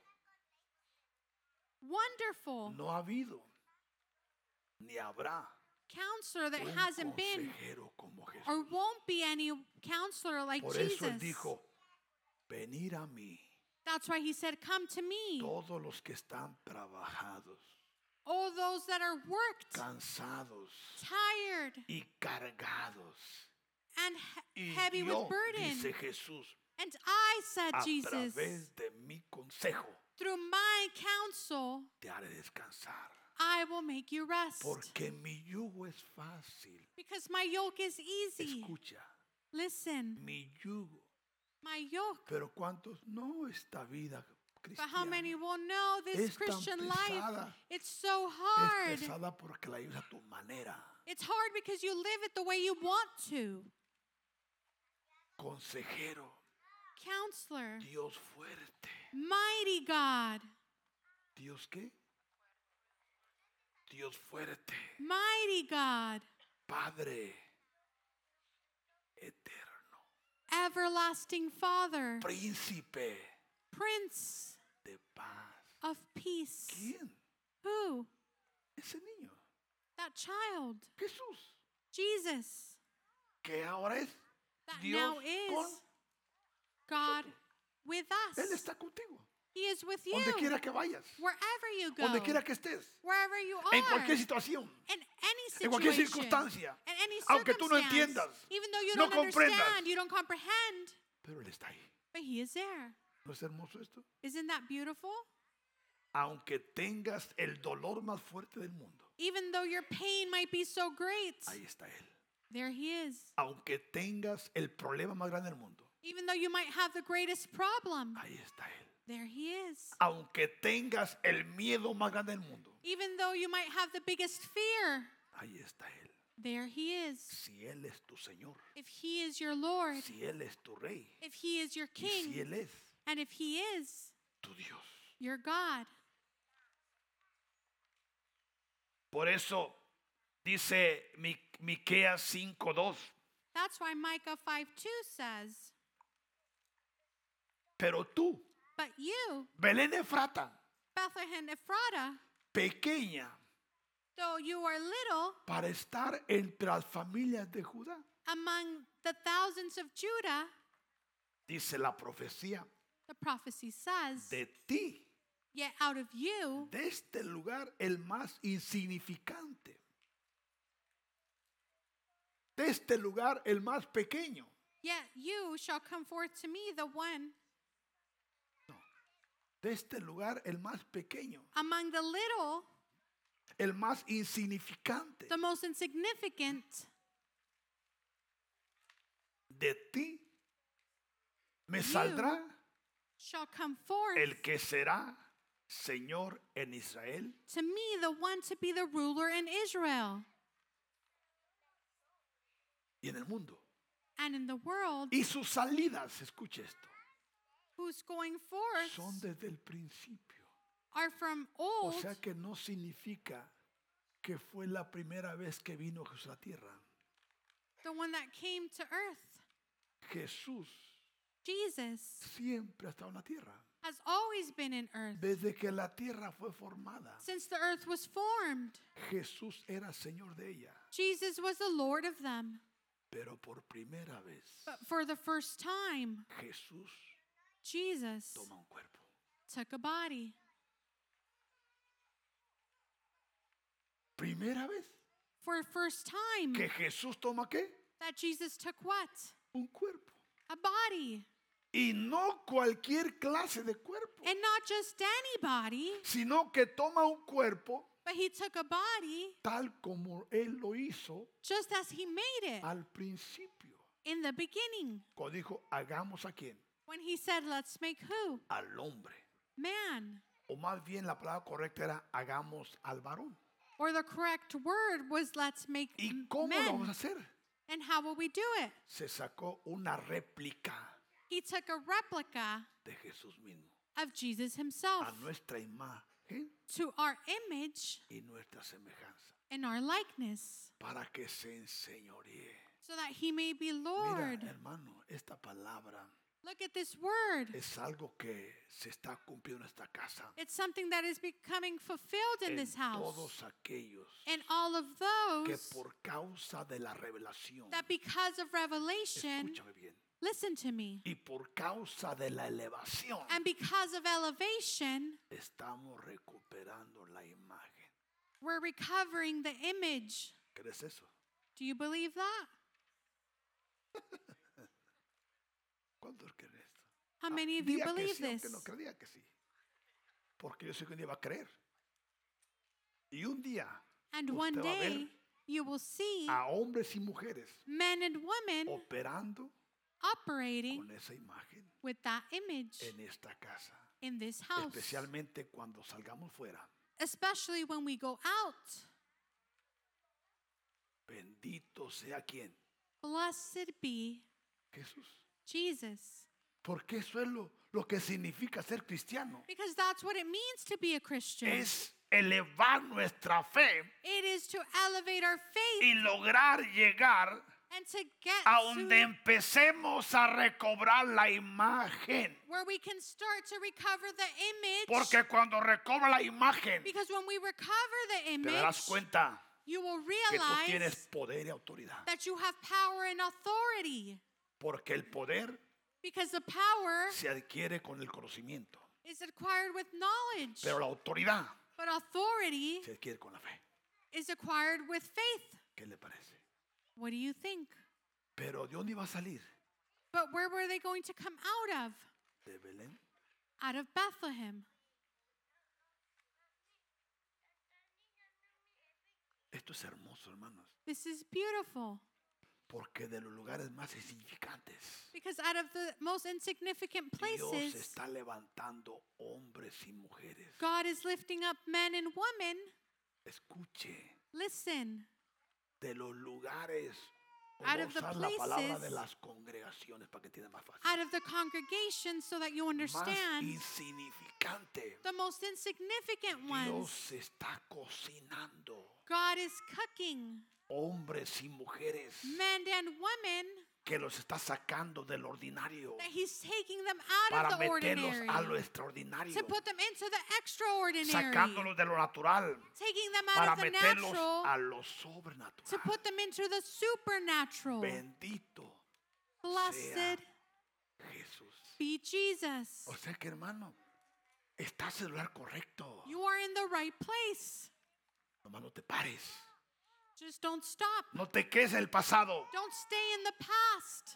[SPEAKER 2] Wonderful
[SPEAKER 1] no ha habido ni habrá
[SPEAKER 2] counselor that
[SPEAKER 1] un
[SPEAKER 2] hasn't been
[SPEAKER 1] consejero como Jesús.
[SPEAKER 2] or won't be any counselor like
[SPEAKER 1] Por eso él
[SPEAKER 2] Jesus.
[SPEAKER 1] dijo, venir a mí
[SPEAKER 2] That's why he said, "Come to me,
[SPEAKER 1] todos los que están trabajados,
[SPEAKER 2] all those that are worked,
[SPEAKER 1] cansados
[SPEAKER 2] tired,
[SPEAKER 1] y cargados.
[SPEAKER 2] and he-
[SPEAKER 1] Y
[SPEAKER 2] heavy
[SPEAKER 1] yo,
[SPEAKER 2] with burden."
[SPEAKER 1] dice Jesús,
[SPEAKER 2] And I said,
[SPEAKER 1] a
[SPEAKER 2] Jesus,
[SPEAKER 1] través de mi consejo
[SPEAKER 2] through my counsel,
[SPEAKER 1] te haré descansar,
[SPEAKER 2] I will make you rest.
[SPEAKER 1] porque mi yugo es fácil.
[SPEAKER 2] Because my yoke is easy.
[SPEAKER 1] Escucha,
[SPEAKER 2] Listen,
[SPEAKER 1] mi yugo.
[SPEAKER 2] my yoke.
[SPEAKER 1] Pero cuántos no esta vida
[SPEAKER 2] But how many
[SPEAKER 1] cristiana
[SPEAKER 2] will know this
[SPEAKER 1] Es tan
[SPEAKER 2] Christian life?
[SPEAKER 1] pesada.
[SPEAKER 2] It's so
[SPEAKER 1] es
[SPEAKER 2] hard
[SPEAKER 1] pesada porque la llevas a tu manera.
[SPEAKER 2] It's hard because you live it the way you want to.
[SPEAKER 1] Consejero,
[SPEAKER 2] Counselor,
[SPEAKER 1] Dios fuerte.
[SPEAKER 2] mighty God,
[SPEAKER 1] ¿Dios qué? Dios fuerte,
[SPEAKER 2] mighty God,
[SPEAKER 1] Padre eterno,
[SPEAKER 2] everlasting Father,
[SPEAKER 1] príncipe
[SPEAKER 2] Prince
[SPEAKER 1] de paz.
[SPEAKER 2] of Peace.
[SPEAKER 1] ¿Quién?
[SPEAKER 2] Who?
[SPEAKER 1] Ese niño,
[SPEAKER 2] That child,
[SPEAKER 1] Jesús,
[SPEAKER 2] Jesus,
[SPEAKER 1] que ahora es
[SPEAKER 2] that
[SPEAKER 1] Dios
[SPEAKER 2] now is
[SPEAKER 1] con-
[SPEAKER 2] God with
[SPEAKER 1] Él
[SPEAKER 2] us.
[SPEAKER 1] está contigo.
[SPEAKER 2] He is with you
[SPEAKER 1] Donde quiera que vayas,
[SPEAKER 2] wherever you go,
[SPEAKER 1] donde quiera que estés,
[SPEAKER 2] wherever you are,
[SPEAKER 1] en cualquier situación.
[SPEAKER 2] in any
[SPEAKER 1] en cualquier
[SPEAKER 2] situation,
[SPEAKER 1] circunstancia,
[SPEAKER 2] in any
[SPEAKER 1] aunque tú no
[SPEAKER 2] circumstance,
[SPEAKER 1] entiendas,
[SPEAKER 2] even though you
[SPEAKER 1] no
[SPEAKER 2] don't understand,
[SPEAKER 1] comprendas.
[SPEAKER 2] you don't comprehend,
[SPEAKER 1] Pero Él está ahí.
[SPEAKER 2] but He is there.
[SPEAKER 1] ¿No es hermoso esto?
[SPEAKER 2] Isn't that beautiful?
[SPEAKER 1] Aunque tengas el dolor más fuerte del mundo,
[SPEAKER 2] Even though your pain might be so great,
[SPEAKER 1] ahí está Él.
[SPEAKER 2] there He is.
[SPEAKER 1] Aunque tengas el problema más grande del mundo,
[SPEAKER 2] Even though you might have the greatest problem,
[SPEAKER 1] ahí está Él.
[SPEAKER 2] there He is.
[SPEAKER 1] Aunque tengas el miedo más grande del mundo,
[SPEAKER 2] Even though you might have the biggest fear,
[SPEAKER 1] ahí está Él.
[SPEAKER 2] there He is.
[SPEAKER 1] Si Él es tu Señor,
[SPEAKER 2] If He is your Lord,
[SPEAKER 1] si Él es tu Rey,
[SPEAKER 2] if He is your
[SPEAKER 1] y si
[SPEAKER 2] King,
[SPEAKER 1] Él es
[SPEAKER 2] and if He is
[SPEAKER 1] tu Dios.
[SPEAKER 2] your God.
[SPEAKER 1] Por eso dice Mi- Miqueas 5:2,
[SPEAKER 2] That's why Micah 5 2 says,
[SPEAKER 1] pero tú,
[SPEAKER 2] But you,
[SPEAKER 1] Belén Efrata,
[SPEAKER 2] Bethlehem Ephratah,
[SPEAKER 1] pequeña
[SPEAKER 2] though you are little
[SPEAKER 1] para estar entre las familias de Judá,
[SPEAKER 2] among the thousands of Judah,
[SPEAKER 1] dice la profecía,
[SPEAKER 2] the prophecy says,
[SPEAKER 1] de ti,
[SPEAKER 2] Yet out of you,
[SPEAKER 1] de este lugar el más insignificante, de este lugar el más pequeño,
[SPEAKER 2] yet you shall come forth to me, the one
[SPEAKER 1] de este lugar el más pequeño,
[SPEAKER 2] among the little,
[SPEAKER 1] el más insignificante,
[SPEAKER 2] the most insignificant.
[SPEAKER 1] de ti me saldrá
[SPEAKER 2] shall come forth
[SPEAKER 1] el que será Señor en Israel
[SPEAKER 2] to me, the one to be the ruler in Israel
[SPEAKER 1] y en el mundo.
[SPEAKER 2] and in the world,
[SPEAKER 1] Y sus salidas, escuche esto,
[SPEAKER 2] who's going
[SPEAKER 1] son
[SPEAKER 2] forth
[SPEAKER 1] desde el principio.
[SPEAKER 2] are from
[SPEAKER 1] O
[SPEAKER 2] old.
[SPEAKER 1] sea que no significa que fue la primera vez que vino Jesús a la tierra.
[SPEAKER 2] the one that came to earth,
[SPEAKER 1] Jesús
[SPEAKER 2] Jesus,
[SPEAKER 1] siempre ha estado en la tierra.
[SPEAKER 2] has always been in earth.
[SPEAKER 1] Desde que la tierra fue formada,
[SPEAKER 2] Since the earth was formed,
[SPEAKER 1] Jesús era Señor de ella.
[SPEAKER 2] Jesus was the Lord of them.
[SPEAKER 1] Pero por primera vez,
[SPEAKER 2] But for the first time,
[SPEAKER 1] Jesús
[SPEAKER 2] Jesus
[SPEAKER 1] toma un cuerpo.
[SPEAKER 2] took a body.
[SPEAKER 1] Primera vez
[SPEAKER 2] For a first time,
[SPEAKER 1] que Jesús toma qué?
[SPEAKER 2] that Jesus took what?
[SPEAKER 1] Un cuerpo.
[SPEAKER 2] A body.
[SPEAKER 1] Y no cualquier clase de cuerpo,
[SPEAKER 2] And not just anybody,
[SPEAKER 1] sino que toma un cuerpo
[SPEAKER 2] but he took a body
[SPEAKER 1] tal como Él lo hizo
[SPEAKER 2] just as he made it
[SPEAKER 1] al principio.
[SPEAKER 2] in the beginning
[SPEAKER 1] Cuando dijo, hagamos a quién?
[SPEAKER 2] when he said, Let's make who?
[SPEAKER 1] Al hombre.
[SPEAKER 2] Man.
[SPEAKER 1] O más bien la palabra correcta era, hagamos al varón.
[SPEAKER 2] Or the correct word was, Let's make
[SPEAKER 1] ¿Y
[SPEAKER 2] m-
[SPEAKER 1] cómo lo vamos a
[SPEAKER 2] men.
[SPEAKER 1] hacer?
[SPEAKER 2] And how will we do it?
[SPEAKER 1] Se sacó una réplica
[SPEAKER 2] He took a replica
[SPEAKER 1] de Jesús mismo,
[SPEAKER 2] of Jesus himself
[SPEAKER 1] a nuestra imagen
[SPEAKER 2] to our image
[SPEAKER 1] y nuestra semejanza,
[SPEAKER 2] and our likeness
[SPEAKER 1] para que se enseñoree.
[SPEAKER 2] so that he may be
[SPEAKER 1] Mira, eh,
[SPEAKER 2] Lord.
[SPEAKER 1] hermano, esta palabra
[SPEAKER 2] Look at this word.
[SPEAKER 1] es algo que se está cumpliendo en esta casa.
[SPEAKER 2] It's something that is becoming fulfilled in
[SPEAKER 1] En
[SPEAKER 2] this house.
[SPEAKER 1] todos aquellos
[SPEAKER 2] And all of
[SPEAKER 1] que
[SPEAKER 2] those
[SPEAKER 1] por causa de la revelación,
[SPEAKER 2] that because of revelation,
[SPEAKER 1] escúchame bien,
[SPEAKER 2] listen to me,
[SPEAKER 1] y por causa de la elevación,
[SPEAKER 2] and because of elevation,
[SPEAKER 1] estamos recuperando la imagen.
[SPEAKER 2] we're recovering the image.
[SPEAKER 1] ¿Crees eso?
[SPEAKER 2] Do you believe that?
[SPEAKER 1] ¿Cuántos creen esto?
[SPEAKER 2] How
[SPEAKER 1] Ah,
[SPEAKER 2] many of you
[SPEAKER 1] diga que
[SPEAKER 2] believe
[SPEAKER 1] sí, aunque
[SPEAKER 2] this?
[SPEAKER 1] no creía que sí. Porque yo sé que un día va a creer. Y un día
[SPEAKER 2] And
[SPEAKER 1] usted
[SPEAKER 2] one
[SPEAKER 1] va a ver
[SPEAKER 2] day, you will see
[SPEAKER 1] a hombres y mujeres
[SPEAKER 2] men and women
[SPEAKER 1] operando
[SPEAKER 2] operating
[SPEAKER 1] con esa imagen
[SPEAKER 2] with that image
[SPEAKER 1] en esta casa.
[SPEAKER 2] in this house,
[SPEAKER 1] Especialmente cuando salgamos fuera.
[SPEAKER 2] especially when we go out.
[SPEAKER 1] Bendito sea quien.
[SPEAKER 2] Blessed be
[SPEAKER 1] Jesús.
[SPEAKER 2] Jesus.
[SPEAKER 1] Porque eso es lo, lo que significa ser cristiano.
[SPEAKER 2] Because that's what it means to be a Christian.
[SPEAKER 1] Es elevar nuestra fe
[SPEAKER 2] it is to elevate our faith
[SPEAKER 1] y lograr llegar
[SPEAKER 2] and to get
[SPEAKER 1] a
[SPEAKER 2] to
[SPEAKER 1] donde empecemos a recobrar la imagen.
[SPEAKER 2] where we can start to recover the image.
[SPEAKER 1] Porque cuando recobra la imagen,
[SPEAKER 2] because when we recover the
[SPEAKER 1] te darás
[SPEAKER 2] image,
[SPEAKER 1] cuenta
[SPEAKER 2] you will
[SPEAKER 1] que tú
[SPEAKER 2] realize
[SPEAKER 1] tienes poder y autoridad.
[SPEAKER 2] that you have power and authority.
[SPEAKER 1] Porque el poder
[SPEAKER 2] Because the power
[SPEAKER 1] se adquiere con el conocimiento.
[SPEAKER 2] is acquired with knowledge,
[SPEAKER 1] Pero la autoridad
[SPEAKER 2] but authority
[SPEAKER 1] se adquiere con la fe.
[SPEAKER 2] is acquired with faith.
[SPEAKER 1] ¿Qué le parece?
[SPEAKER 2] What do you think?
[SPEAKER 1] Pero ¿de dónde iba a salir?
[SPEAKER 2] But where were they going to come out of?
[SPEAKER 1] ¿De Belén?
[SPEAKER 2] Out of Bethlehem.
[SPEAKER 1] Esto es hermoso, hermanos.
[SPEAKER 2] This is beautiful
[SPEAKER 1] Porque de los lugares más insignificantes,
[SPEAKER 2] because out of the most insignificant
[SPEAKER 1] Dios
[SPEAKER 2] places,
[SPEAKER 1] está levantando hombres y mujeres.
[SPEAKER 2] God is lifting up men and women.
[SPEAKER 1] Escuche,
[SPEAKER 2] Listen,
[SPEAKER 1] de los lugares. voy
[SPEAKER 2] Out
[SPEAKER 1] a
[SPEAKER 2] of the
[SPEAKER 1] usar la palabra de
[SPEAKER 2] places-
[SPEAKER 1] las congregaciones para que tiene más fácil.
[SPEAKER 2] out of the congregation, so that you
[SPEAKER 1] Más
[SPEAKER 2] understand
[SPEAKER 1] insignificante.
[SPEAKER 2] the most insignificant ones.
[SPEAKER 1] Dios está cocinando
[SPEAKER 2] God is cooking
[SPEAKER 1] hombres y mujeres
[SPEAKER 2] men and women
[SPEAKER 1] que los está sacando del ordinario
[SPEAKER 2] that He's taking them out
[SPEAKER 1] para
[SPEAKER 2] of the
[SPEAKER 1] meterlos
[SPEAKER 2] ordinary
[SPEAKER 1] a lo extraordinario,
[SPEAKER 2] to put them into the extraordinary,
[SPEAKER 1] sacándolos de lo natural
[SPEAKER 2] taking them
[SPEAKER 1] para
[SPEAKER 2] out of the
[SPEAKER 1] meterlos
[SPEAKER 2] natural
[SPEAKER 1] a lo
[SPEAKER 2] to
[SPEAKER 1] sobrenatural.
[SPEAKER 2] put them into the supernatural.
[SPEAKER 1] Bendito
[SPEAKER 2] Blessed
[SPEAKER 1] Jesús.
[SPEAKER 2] be Jesus.
[SPEAKER 1] O sea que hermano, estás en el lugar correcto.
[SPEAKER 2] You are in the right place.
[SPEAKER 1] Nomás no te pares.
[SPEAKER 2] Just don't stop.
[SPEAKER 1] No te quedes en el pasado.
[SPEAKER 2] Don't stay in the past.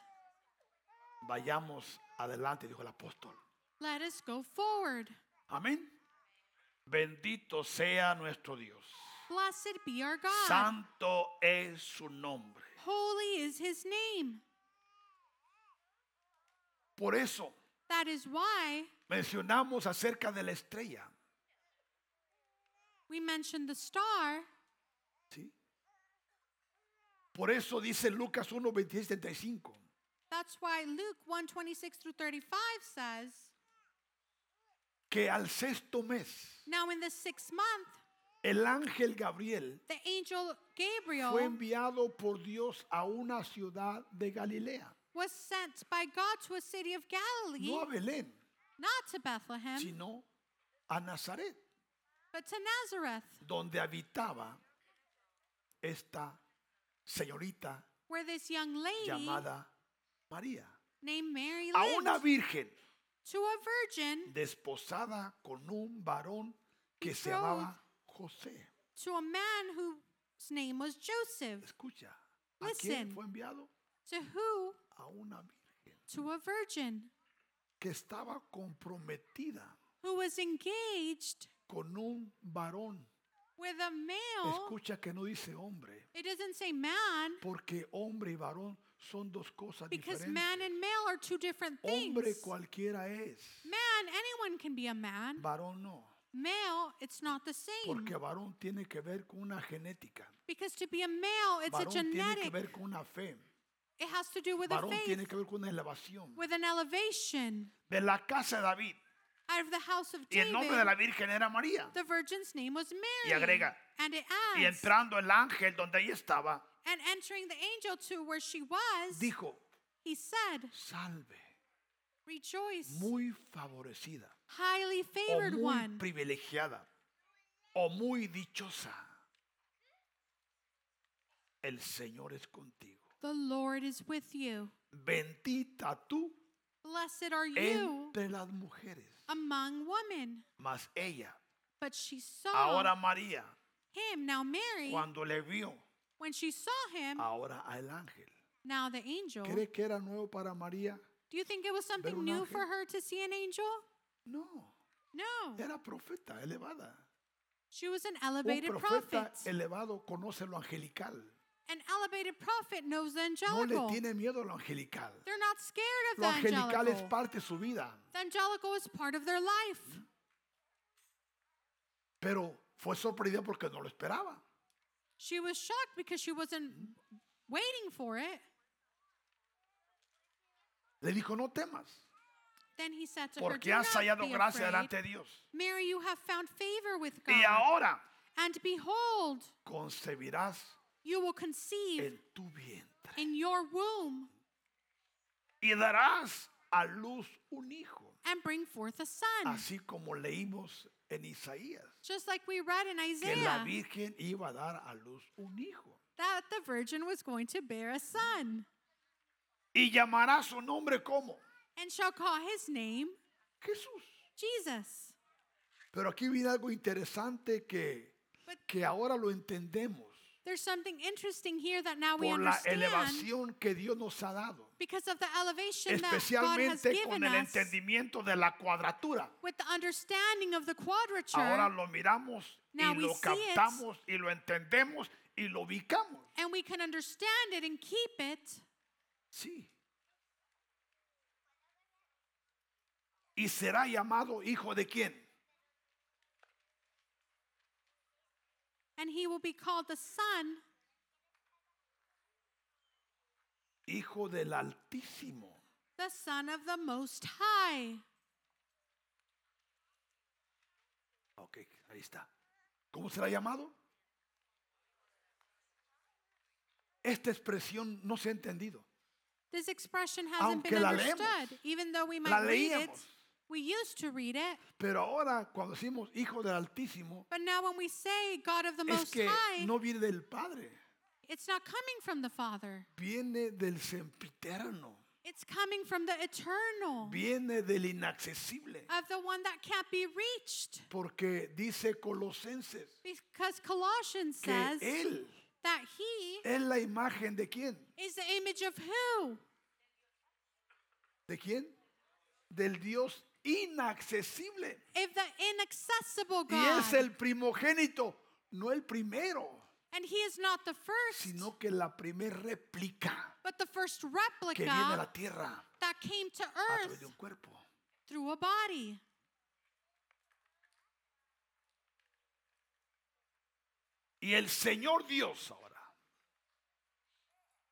[SPEAKER 1] Vayamos adelante, dijo el apóstol.
[SPEAKER 2] Let us go forward.
[SPEAKER 1] Amén. Bendito sea nuestro Dios.
[SPEAKER 2] Blessed be our God.
[SPEAKER 1] Santo es su nombre.
[SPEAKER 2] Holy is his name.
[SPEAKER 1] Por eso
[SPEAKER 2] That is why
[SPEAKER 1] mencionamos acerca de la estrella.
[SPEAKER 2] we mentioned the star.
[SPEAKER 1] ¿sí? Por eso dice Lucas 1, 26, 35.
[SPEAKER 2] That's why Luke 126 through 35 says,
[SPEAKER 1] Que al sexto mes,
[SPEAKER 2] Now in the sixth month,
[SPEAKER 1] el ángel Gabriel
[SPEAKER 2] the angel
[SPEAKER 1] fue
[SPEAKER 2] Gabriel
[SPEAKER 1] enviado por Dios a una ciudad de Galilea.
[SPEAKER 2] was sent by God to a city of Galilee,
[SPEAKER 1] No a Belén,
[SPEAKER 2] not to Bethlehem,
[SPEAKER 1] sino a Nazaret,
[SPEAKER 2] but to Nazareth,
[SPEAKER 1] donde habitaba esta señorita
[SPEAKER 2] where this young lady
[SPEAKER 1] llamada María.
[SPEAKER 2] named Mary
[SPEAKER 1] A una
[SPEAKER 2] lived,
[SPEAKER 1] virgen
[SPEAKER 2] to a virgin,
[SPEAKER 1] desposada con un varón que se
[SPEAKER 2] Betrothed.
[SPEAKER 1] llamaba José.
[SPEAKER 2] to a man whose name was Joseph.
[SPEAKER 1] Escucha, ¿a quién
[SPEAKER 2] Listen.
[SPEAKER 1] fue enviado?
[SPEAKER 2] To who?
[SPEAKER 1] A una virgen
[SPEAKER 2] To a virgin
[SPEAKER 1] que estaba comprometida
[SPEAKER 2] who was engaged
[SPEAKER 1] con un varón.
[SPEAKER 2] with a male.
[SPEAKER 1] Escucha que no dice hombre,
[SPEAKER 2] It doesn't say man
[SPEAKER 1] porque hombre y varón son dos cosas
[SPEAKER 2] because
[SPEAKER 1] diferentes.
[SPEAKER 2] man and male are two different things.
[SPEAKER 1] Hombre cualquiera es,
[SPEAKER 2] Man, anyone can be a man.
[SPEAKER 1] varón no,
[SPEAKER 2] Male, it's not the same.
[SPEAKER 1] porque varón tiene que ver con una genética,
[SPEAKER 2] Because to be a male, it's a
[SPEAKER 1] varón tiene que
[SPEAKER 2] genetic.
[SPEAKER 1] ver con una fe,
[SPEAKER 2] It has to do with a
[SPEAKER 1] varón tiene
[SPEAKER 2] faith,
[SPEAKER 1] que ver con una elevación.
[SPEAKER 2] with an elevation.
[SPEAKER 1] De la casa de David,
[SPEAKER 2] Out of the house of
[SPEAKER 1] Y el
[SPEAKER 2] David,
[SPEAKER 1] nombre de la Virgen era María.
[SPEAKER 2] the virgin's name was
[SPEAKER 1] Y
[SPEAKER 2] Mary.
[SPEAKER 1] agrega,
[SPEAKER 2] and it
[SPEAKER 1] Y
[SPEAKER 2] adds,
[SPEAKER 1] entrando el ángel donde ella estaba,
[SPEAKER 2] and entering the angel to where she was,
[SPEAKER 1] dijo,
[SPEAKER 2] he said,
[SPEAKER 1] salve,
[SPEAKER 2] Rejoice,
[SPEAKER 1] muy favorecida,
[SPEAKER 2] highly
[SPEAKER 1] o
[SPEAKER 2] favored
[SPEAKER 1] muy
[SPEAKER 2] one,
[SPEAKER 1] privilegiada, o muy dichosa. El Señor es contigo.
[SPEAKER 2] the Lord is with you.
[SPEAKER 1] Bendita tú
[SPEAKER 2] Blessed are you
[SPEAKER 1] entre las mujeres.
[SPEAKER 2] among women.
[SPEAKER 1] Mas ella,
[SPEAKER 2] But she saw
[SPEAKER 1] ahora María,
[SPEAKER 2] him, now Mary,
[SPEAKER 1] cuando le vio,
[SPEAKER 2] when she saw him,
[SPEAKER 1] ahora al ángel.
[SPEAKER 2] now the angel.
[SPEAKER 1] ah, ¿Cree que era nuevo para María?
[SPEAKER 2] Do you think it was something
[SPEAKER 1] un
[SPEAKER 2] new
[SPEAKER 1] ángel?
[SPEAKER 2] for her to see an angel?
[SPEAKER 1] No,
[SPEAKER 2] No.
[SPEAKER 1] era profeta, elevada.
[SPEAKER 2] She was an
[SPEAKER 1] Un
[SPEAKER 2] elevated prophet.
[SPEAKER 1] profeta elevado conoce lo angelical.
[SPEAKER 2] An elevated prophet knows the
[SPEAKER 1] No le
[SPEAKER 2] angelical.
[SPEAKER 1] tiene miedo a lo angelical.
[SPEAKER 2] They're not scared of
[SPEAKER 1] Lo
[SPEAKER 2] the
[SPEAKER 1] angelical es
[SPEAKER 2] angelical.
[SPEAKER 1] parte de su vida,
[SPEAKER 2] The angelical is part of their life.
[SPEAKER 1] pero fue sorprendida porque no lo esperaba.
[SPEAKER 2] She was shocked because she wasn't waiting for it.
[SPEAKER 1] Le dijo, no temas,
[SPEAKER 2] Then he said to her,
[SPEAKER 1] porque
[SPEAKER 2] Do
[SPEAKER 1] has
[SPEAKER 2] not
[SPEAKER 1] hallado
[SPEAKER 2] be
[SPEAKER 1] gracia
[SPEAKER 2] afraid.
[SPEAKER 1] delante de Dios.
[SPEAKER 2] Mary, you have found favor with God.
[SPEAKER 1] Y ahora
[SPEAKER 2] And behold,
[SPEAKER 1] concebirás
[SPEAKER 2] you will conceive
[SPEAKER 1] en tu vientre
[SPEAKER 2] in your womb
[SPEAKER 1] y darás a luz un hijo,
[SPEAKER 2] and bring forth a son.
[SPEAKER 1] así como leímos en Isaías,
[SPEAKER 2] Just like we read in
[SPEAKER 1] que la
[SPEAKER 2] Isaiah
[SPEAKER 1] Virgen iba a dar a luz un hijo.
[SPEAKER 2] that the virgin was going to bear a son
[SPEAKER 1] Y llamará su nombre como
[SPEAKER 2] and shall call his name
[SPEAKER 1] Jesús.
[SPEAKER 2] Jesus.
[SPEAKER 1] Pero aquí viene algo interesante que,
[SPEAKER 2] But-
[SPEAKER 1] que ahora lo entendemos
[SPEAKER 2] There's something interesting here that now we
[SPEAKER 1] por la
[SPEAKER 2] understand
[SPEAKER 1] elevación que Dios nos ha dado,
[SPEAKER 2] because of the elevation that God has
[SPEAKER 1] especialmente
[SPEAKER 2] given
[SPEAKER 1] con el
[SPEAKER 2] us
[SPEAKER 1] entendimiento de la cuadratura.
[SPEAKER 2] with the understanding of the
[SPEAKER 1] Ahora
[SPEAKER 2] quadrature,
[SPEAKER 1] lo miramos y
[SPEAKER 2] Now we
[SPEAKER 1] lo
[SPEAKER 2] see it.
[SPEAKER 1] captamos y lo entendemos y lo ubicamos.
[SPEAKER 2] and we can understand it and keep it.
[SPEAKER 1] Sí. Y será llamado hijo de quién?
[SPEAKER 2] And he will be called the Son
[SPEAKER 1] Hijo del Altísimo.
[SPEAKER 2] the Son of the Most High.
[SPEAKER 1] Ok, ahí está. ¿Cómo será llamado? Esta expresión no se ha entendido.
[SPEAKER 2] This expression hasn't
[SPEAKER 1] Aunque
[SPEAKER 2] been
[SPEAKER 1] la
[SPEAKER 2] understood,
[SPEAKER 1] leemos,
[SPEAKER 2] even though we
[SPEAKER 1] la
[SPEAKER 2] might read it.
[SPEAKER 1] leíamos.
[SPEAKER 2] We used to read it,
[SPEAKER 1] Pero ahora cuando decimos hijo del Altísimo,
[SPEAKER 2] but now when we say God of the
[SPEAKER 1] es
[SPEAKER 2] Most
[SPEAKER 1] que
[SPEAKER 2] High,
[SPEAKER 1] no viene del Padre,
[SPEAKER 2] it's not coming from the Father.
[SPEAKER 1] viene del sempiterno,
[SPEAKER 2] It's coming from the eternal,
[SPEAKER 1] viene del inaccesible.
[SPEAKER 2] of the one that can't be reached.
[SPEAKER 1] Porque dice Colosenses
[SPEAKER 2] Because Colossians
[SPEAKER 1] que
[SPEAKER 2] says
[SPEAKER 1] Él
[SPEAKER 2] that he
[SPEAKER 1] es la imagen de quién?
[SPEAKER 2] is the image of who?
[SPEAKER 1] ¿De quién? Del Dios inaccesible.
[SPEAKER 2] If the inaccessible
[SPEAKER 1] Y
[SPEAKER 2] God.
[SPEAKER 1] es el primogénito, no el primero.
[SPEAKER 2] and he is not the first,
[SPEAKER 1] sino que la primera réplica
[SPEAKER 2] but the first
[SPEAKER 1] que viene a
[SPEAKER 2] replica
[SPEAKER 1] la Ah, tierra
[SPEAKER 2] that came to
[SPEAKER 1] a
[SPEAKER 2] earth
[SPEAKER 1] través de un cuerpo.
[SPEAKER 2] through a body.
[SPEAKER 1] Y el Señor Dios ahora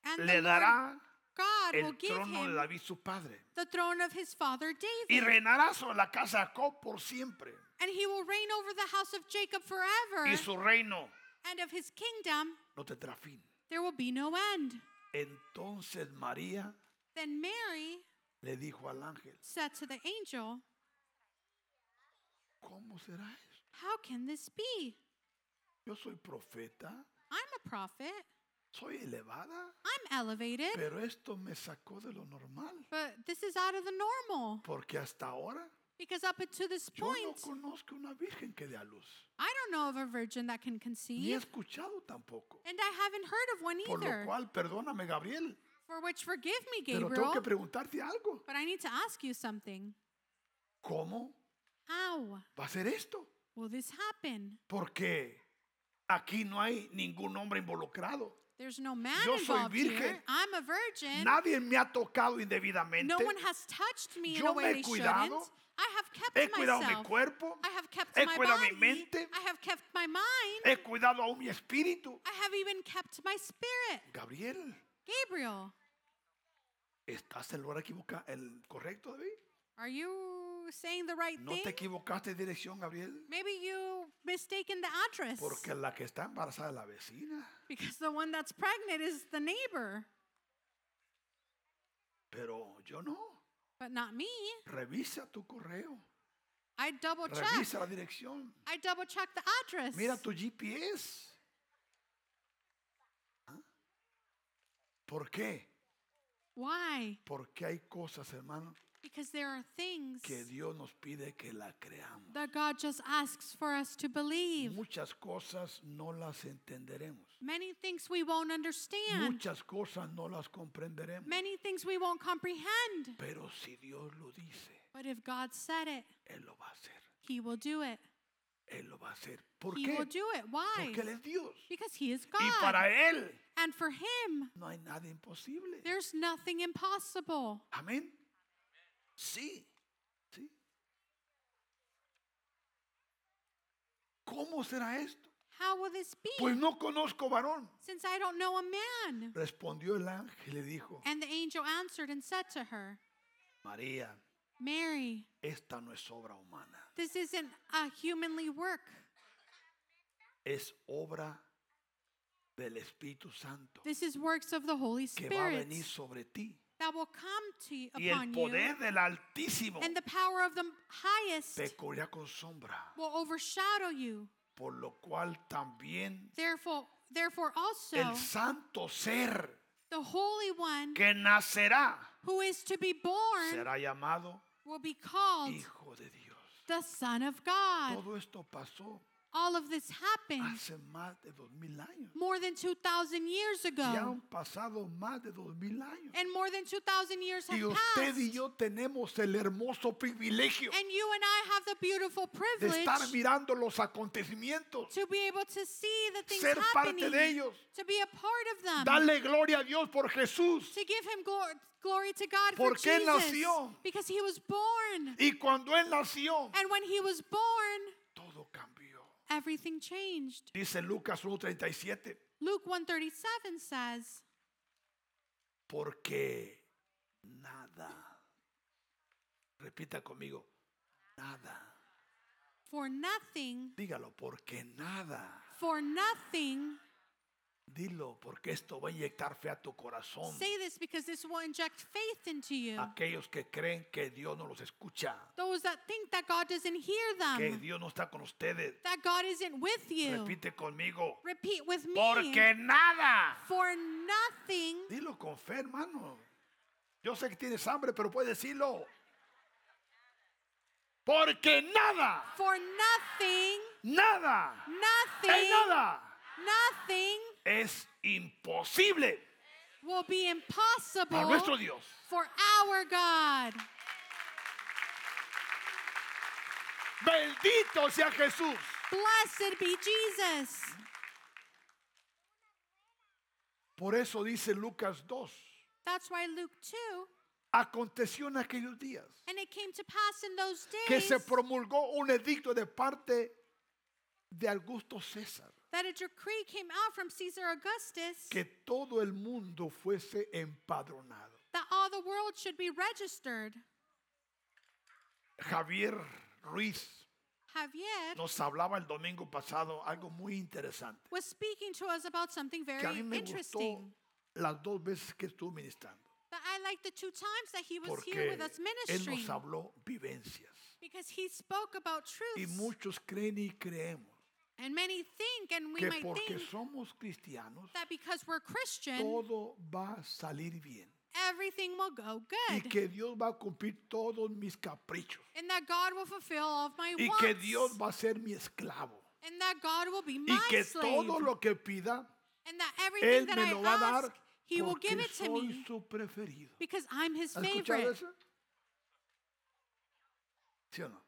[SPEAKER 2] And the
[SPEAKER 1] le
[SPEAKER 2] Lord
[SPEAKER 1] dará
[SPEAKER 2] God will
[SPEAKER 1] el
[SPEAKER 2] give
[SPEAKER 1] trono de
[SPEAKER 2] him
[SPEAKER 1] David su padre
[SPEAKER 2] the throne of his father
[SPEAKER 1] y
[SPEAKER 2] David.
[SPEAKER 1] reinará sobre la casa de Jacob por siempre
[SPEAKER 2] And he will reign over the house of Jacob forever.
[SPEAKER 1] y su reino
[SPEAKER 2] And of his kingdom
[SPEAKER 1] no tendrá fin.
[SPEAKER 2] there will be no end.
[SPEAKER 1] Entonces María
[SPEAKER 2] Then Mary
[SPEAKER 1] le dijo al ángel,
[SPEAKER 2] said to the angel,
[SPEAKER 1] ¿cómo será eso?
[SPEAKER 2] How can this be?
[SPEAKER 1] Yo soy profeta,
[SPEAKER 2] I'm a prophet.
[SPEAKER 1] soy elevada,
[SPEAKER 2] I'm elevated.
[SPEAKER 1] pero esto me sacó de lo normal,
[SPEAKER 2] But this is out of the normal.
[SPEAKER 1] porque hasta ahora
[SPEAKER 2] Because up until this
[SPEAKER 1] yo no
[SPEAKER 2] point,
[SPEAKER 1] conozco una virgen que dé a luz.
[SPEAKER 2] I don't know of a virgin that can
[SPEAKER 1] ni he
[SPEAKER 2] conceive.
[SPEAKER 1] escuchado tampoco.
[SPEAKER 2] And I haven't heard of one
[SPEAKER 1] Por lo
[SPEAKER 2] either.
[SPEAKER 1] cual, perdóname, Gabriel,
[SPEAKER 2] For which, forgive me,
[SPEAKER 1] pero tengo
[SPEAKER 2] Gabriel.
[SPEAKER 1] que preguntarte algo.
[SPEAKER 2] But I need to ask you something.
[SPEAKER 1] ¿Cómo
[SPEAKER 2] How
[SPEAKER 1] va a ser esto?
[SPEAKER 2] will this happen?
[SPEAKER 1] Porque aquí no hay ningún hombre involucrado.
[SPEAKER 2] There's no man
[SPEAKER 1] Yo soy
[SPEAKER 2] involved
[SPEAKER 1] virgen.
[SPEAKER 2] here. I'm a virgin.
[SPEAKER 1] Nadie me ha tocado indebidamente.
[SPEAKER 2] no one has touched me in
[SPEAKER 1] Yo
[SPEAKER 2] a
[SPEAKER 1] me
[SPEAKER 2] way
[SPEAKER 1] he
[SPEAKER 2] they
[SPEAKER 1] cuidado.
[SPEAKER 2] shouldn't. I have kept
[SPEAKER 1] He cuidado
[SPEAKER 2] myself.
[SPEAKER 1] mi cuerpo,
[SPEAKER 2] I have kept
[SPEAKER 1] he
[SPEAKER 2] my
[SPEAKER 1] cuidado mi
[SPEAKER 2] body.
[SPEAKER 1] mente.
[SPEAKER 2] I have kept my mind.
[SPEAKER 1] he cuidado aún mi espíritu.
[SPEAKER 2] I have even kept my spirit.
[SPEAKER 1] Gabriel,
[SPEAKER 2] Gabriel,
[SPEAKER 1] ¿estás en el lugar equivoca- el correcto, David?
[SPEAKER 2] are you saying the right
[SPEAKER 1] No te
[SPEAKER 2] thing?
[SPEAKER 1] equivocaste de dirección, Gabriel,
[SPEAKER 2] Maybe you mistaken the address.
[SPEAKER 1] porque la que está embarazada es la vecina.
[SPEAKER 2] Because the one that's pregnant is the neighbor,
[SPEAKER 1] Pero yo no.
[SPEAKER 2] but not me.
[SPEAKER 1] Revisa tu correo.
[SPEAKER 2] I double check.
[SPEAKER 1] Revisa la dirección.
[SPEAKER 2] I double check the address.
[SPEAKER 1] Mira tu GPS. ¿Ah? ¿Por qué?
[SPEAKER 2] Why?
[SPEAKER 1] Porque hay cosas, hermano,
[SPEAKER 2] Because there are things
[SPEAKER 1] que Dios nos pide que la creamos.
[SPEAKER 2] that God just asks for us to believe.
[SPEAKER 1] Muchas cosas no las entenderemos.
[SPEAKER 2] Many things we won't understand.
[SPEAKER 1] Muchas cosas no las comprenderemos.
[SPEAKER 2] Many things we won't comprehend.
[SPEAKER 1] Pero si Dios lo dice,
[SPEAKER 2] But if God said it,
[SPEAKER 1] Él lo va a hacer.
[SPEAKER 2] He will do it.
[SPEAKER 1] Él lo va a hacer. ¿Por
[SPEAKER 2] He will
[SPEAKER 1] qué?
[SPEAKER 2] do it. Why?
[SPEAKER 1] Porque Él es Dios.
[SPEAKER 2] Because He is
[SPEAKER 1] Y
[SPEAKER 2] God.
[SPEAKER 1] para Él
[SPEAKER 2] And for Him,
[SPEAKER 1] no hay nada imposible.
[SPEAKER 2] there's nothing impossible.
[SPEAKER 1] Amén. Sí. sí. ¿Cómo será esto?
[SPEAKER 2] How will this
[SPEAKER 1] Pues
[SPEAKER 2] be?
[SPEAKER 1] no conozco varón.
[SPEAKER 2] Since I don't know a man.
[SPEAKER 1] Respondió el ángel y le dijo,
[SPEAKER 2] And the angel answered and said to her,
[SPEAKER 1] María,
[SPEAKER 2] Mary,
[SPEAKER 1] esta no es obra humana,
[SPEAKER 2] this isn't a humanly work.
[SPEAKER 1] es obra del Espíritu Santo
[SPEAKER 2] This is works of the Holy
[SPEAKER 1] que va a
[SPEAKER 2] Spirit
[SPEAKER 1] venir sobre ti.
[SPEAKER 2] that will come to you,
[SPEAKER 1] Y el
[SPEAKER 2] upon you.
[SPEAKER 1] poder del Altísimo
[SPEAKER 2] And the power of the highest
[SPEAKER 1] te cubrirá con sombra,
[SPEAKER 2] will overshadow you.
[SPEAKER 1] por lo cual también
[SPEAKER 2] Therefore, therefore also
[SPEAKER 1] el santo ser
[SPEAKER 2] the Holy One
[SPEAKER 1] que nacerá
[SPEAKER 2] who is to be born
[SPEAKER 1] será llamado
[SPEAKER 2] will be called
[SPEAKER 1] Hijo de Dios.
[SPEAKER 2] the Son of God.
[SPEAKER 1] Todo esto pasó
[SPEAKER 2] All of this happened
[SPEAKER 1] hace más de dos mil años.
[SPEAKER 2] more than 2,000 years
[SPEAKER 1] Ya
[SPEAKER 2] ago.
[SPEAKER 1] han pasado más de dos mil años.
[SPEAKER 2] And more than 2,000 years have
[SPEAKER 1] Y usted
[SPEAKER 2] passed.
[SPEAKER 1] y yo tenemos el hermoso privilegio
[SPEAKER 2] And you and I have the beautiful
[SPEAKER 1] de estar
[SPEAKER 2] privilege
[SPEAKER 1] mirando los acontecimientos,
[SPEAKER 2] to be able to see the things
[SPEAKER 1] ser
[SPEAKER 2] happening,
[SPEAKER 1] parte de ellos,
[SPEAKER 2] to be a part of them,
[SPEAKER 1] darle gloria a Dios por Jesús.
[SPEAKER 2] to give him glor- glory to God
[SPEAKER 1] ¿Por
[SPEAKER 2] for
[SPEAKER 1] qué
[SPEAKER 2] Jesus,
[SPEAKER 1] nació?
[SPEAKER 2] because he was born.
[SPEAKER 1] Y cuando Él nació,
[SPEAKER 2] And when he was born,
[SPEAKER 1] todo cambió.
[SPEAKER 2] everything changed.
[SPEAKER 1] Dice Lucas 1.37,
[SPEAKER 2] Luke 137 says,
[SPEAKER 1] porque nada, repita conmigo, nada.
[SPEAKER 2] "For nothing,
[SPEAKER 1] Dígalo, porque nada.
[SPEAKER 2] for nothing."
[SPEAKER 1] Dilo, porque esto va a inyectar fe a tu corazón.
[SPEAKER 2] Say this because this will inject faith into you.
[SPEAKER 1] Aquellos que creen que Dios no los escucha,
[SPEAKER 2] Those that think that God doesn't hear
[SPEAKER 1] que
[SPEAKER 2] them,
[SPEAKER 1] Dios no está con ustedes.
[SPEAKER 2] that God isn't with you.
[SPEAKER 1] Repite conmigo.
[SPEAKER 2] Repeat with me.
[SPEAKER 1] Porque nada.
[SPEAKER 2] For nothing,
[SPEAKER 1] Dilo con fe, hermano. Yo sé que tienes hambre, pero puedes decirlo. Porque nada,
[SPEAKER 2] for nothing,
[SPEAKER 1] nada, en
[SPEAKER 2] nothing,
[SPEAKER 1] nada
[SPEAKER 2] nothing
[SPEAKER 1] es imposible
[SPEAKER 2] will be
[SPEAKER 1] para nuestro
[SPEAKER 2] impossible
[SPEAKER 1] Dios.
[SPEAKER 2] for our God.
[SPEAKER 1] Bendito sea Jesús.
[SPEAKER 2] Blessed be Jesus.
[SPEAKER 1] Por eso dice Lucas 2.
[SPEAKER 2] That's why Luke 2
[SPEAKER 1] Aconteció en aquellos días
[SPEAKER 2] And it came to pass in those
[SPEAKER 1] que
[SPEAKER 2] days
[SPEAKER 1] se promulgó un edicto de parte de Augusto César
[SPEAKER 2] that a decree came out from Caesar Augustus
[SPEAKER 1] que todo el mundo fuese empadronado.
[SPEAKER 2] that all the world should be registered.
[SPEAKER 1] Javier Ruiz
[SPEAKER 2] Javier
[SPEAKER 1] nos hablaba el domingo pasado algo muy interesante
[SPEAKER 2] was speaking to us about something very
[SPEAKER 1] que a mí me
[SPEAKER 2] interesting
[SPEAKER 1] gustó las dos veces que estuvo ministrando
[SPEAKER 2] that I like the two times that he was here
[SPEAKER 1] porque
[SPEAKER 2] with us
[SPEAKER 1] él
[SPEAKER 2] ministering
[SPEAKER 1] nos habló vivencias
[SPEAKER 2] because he spoke about
[SPEAKER 1] y
[SPEAKER 2] truths.
[SPEAKER 1] muchos creen y creemos
[SPEAKER 2] And many think, and we
[SPEAKER 1] que
[SPEAKER 2] might
[SPEAKER 1] porque
[SPEAKER 2] think
[SPEAKER 1] somos cristianos
[SPEAKER 2] that because we're Christian,
[SPEAKER 1] todo va a salir bien.
[SPEAKER 2] everything will go
[SPEAKER 1] y
[SPEAKER 2] good.
[SPEAKER 1] que Dios va a cumplir todos mis caprichos
[SPEAKER 2] And that God will fulfill all of my
[SPEAKER 1] y que Dios
[SPEAKER 2] wants.
[SPEAKER 1] va a ser mi esclavo
[SPEAKER 2] And that God will be
[SPEAKER 1] y
[SPEAKER 2] my
[SPEAKER 1] que
[SPEAKER 2] slave.
[SPEAKER 1] todo lo que pida
[SPEAKER 2] And that
[SPEAKER 1] él
[SPEAKER 2] everything that
[SPEAKER 1] me lo va
[SPEAKER 2] I
[SPEAKER 1] a
[SPEAKER 2] ask,
[SPEAKER 1] dar
[SPEAKER 2] he will give
[SPEAKER 1] porque
[SPEAKER 2] it to
[SPEAKER 1] soy
[SPEAKER 2] me
[SPEAKER 1] su preferido.
[SPEAKER 2] because I'm his
[SPEAKER 1] ¿Has escuchado
[SPEAKER 2] favorite.
[SPEAKER 1] eso? ¿Sí o no?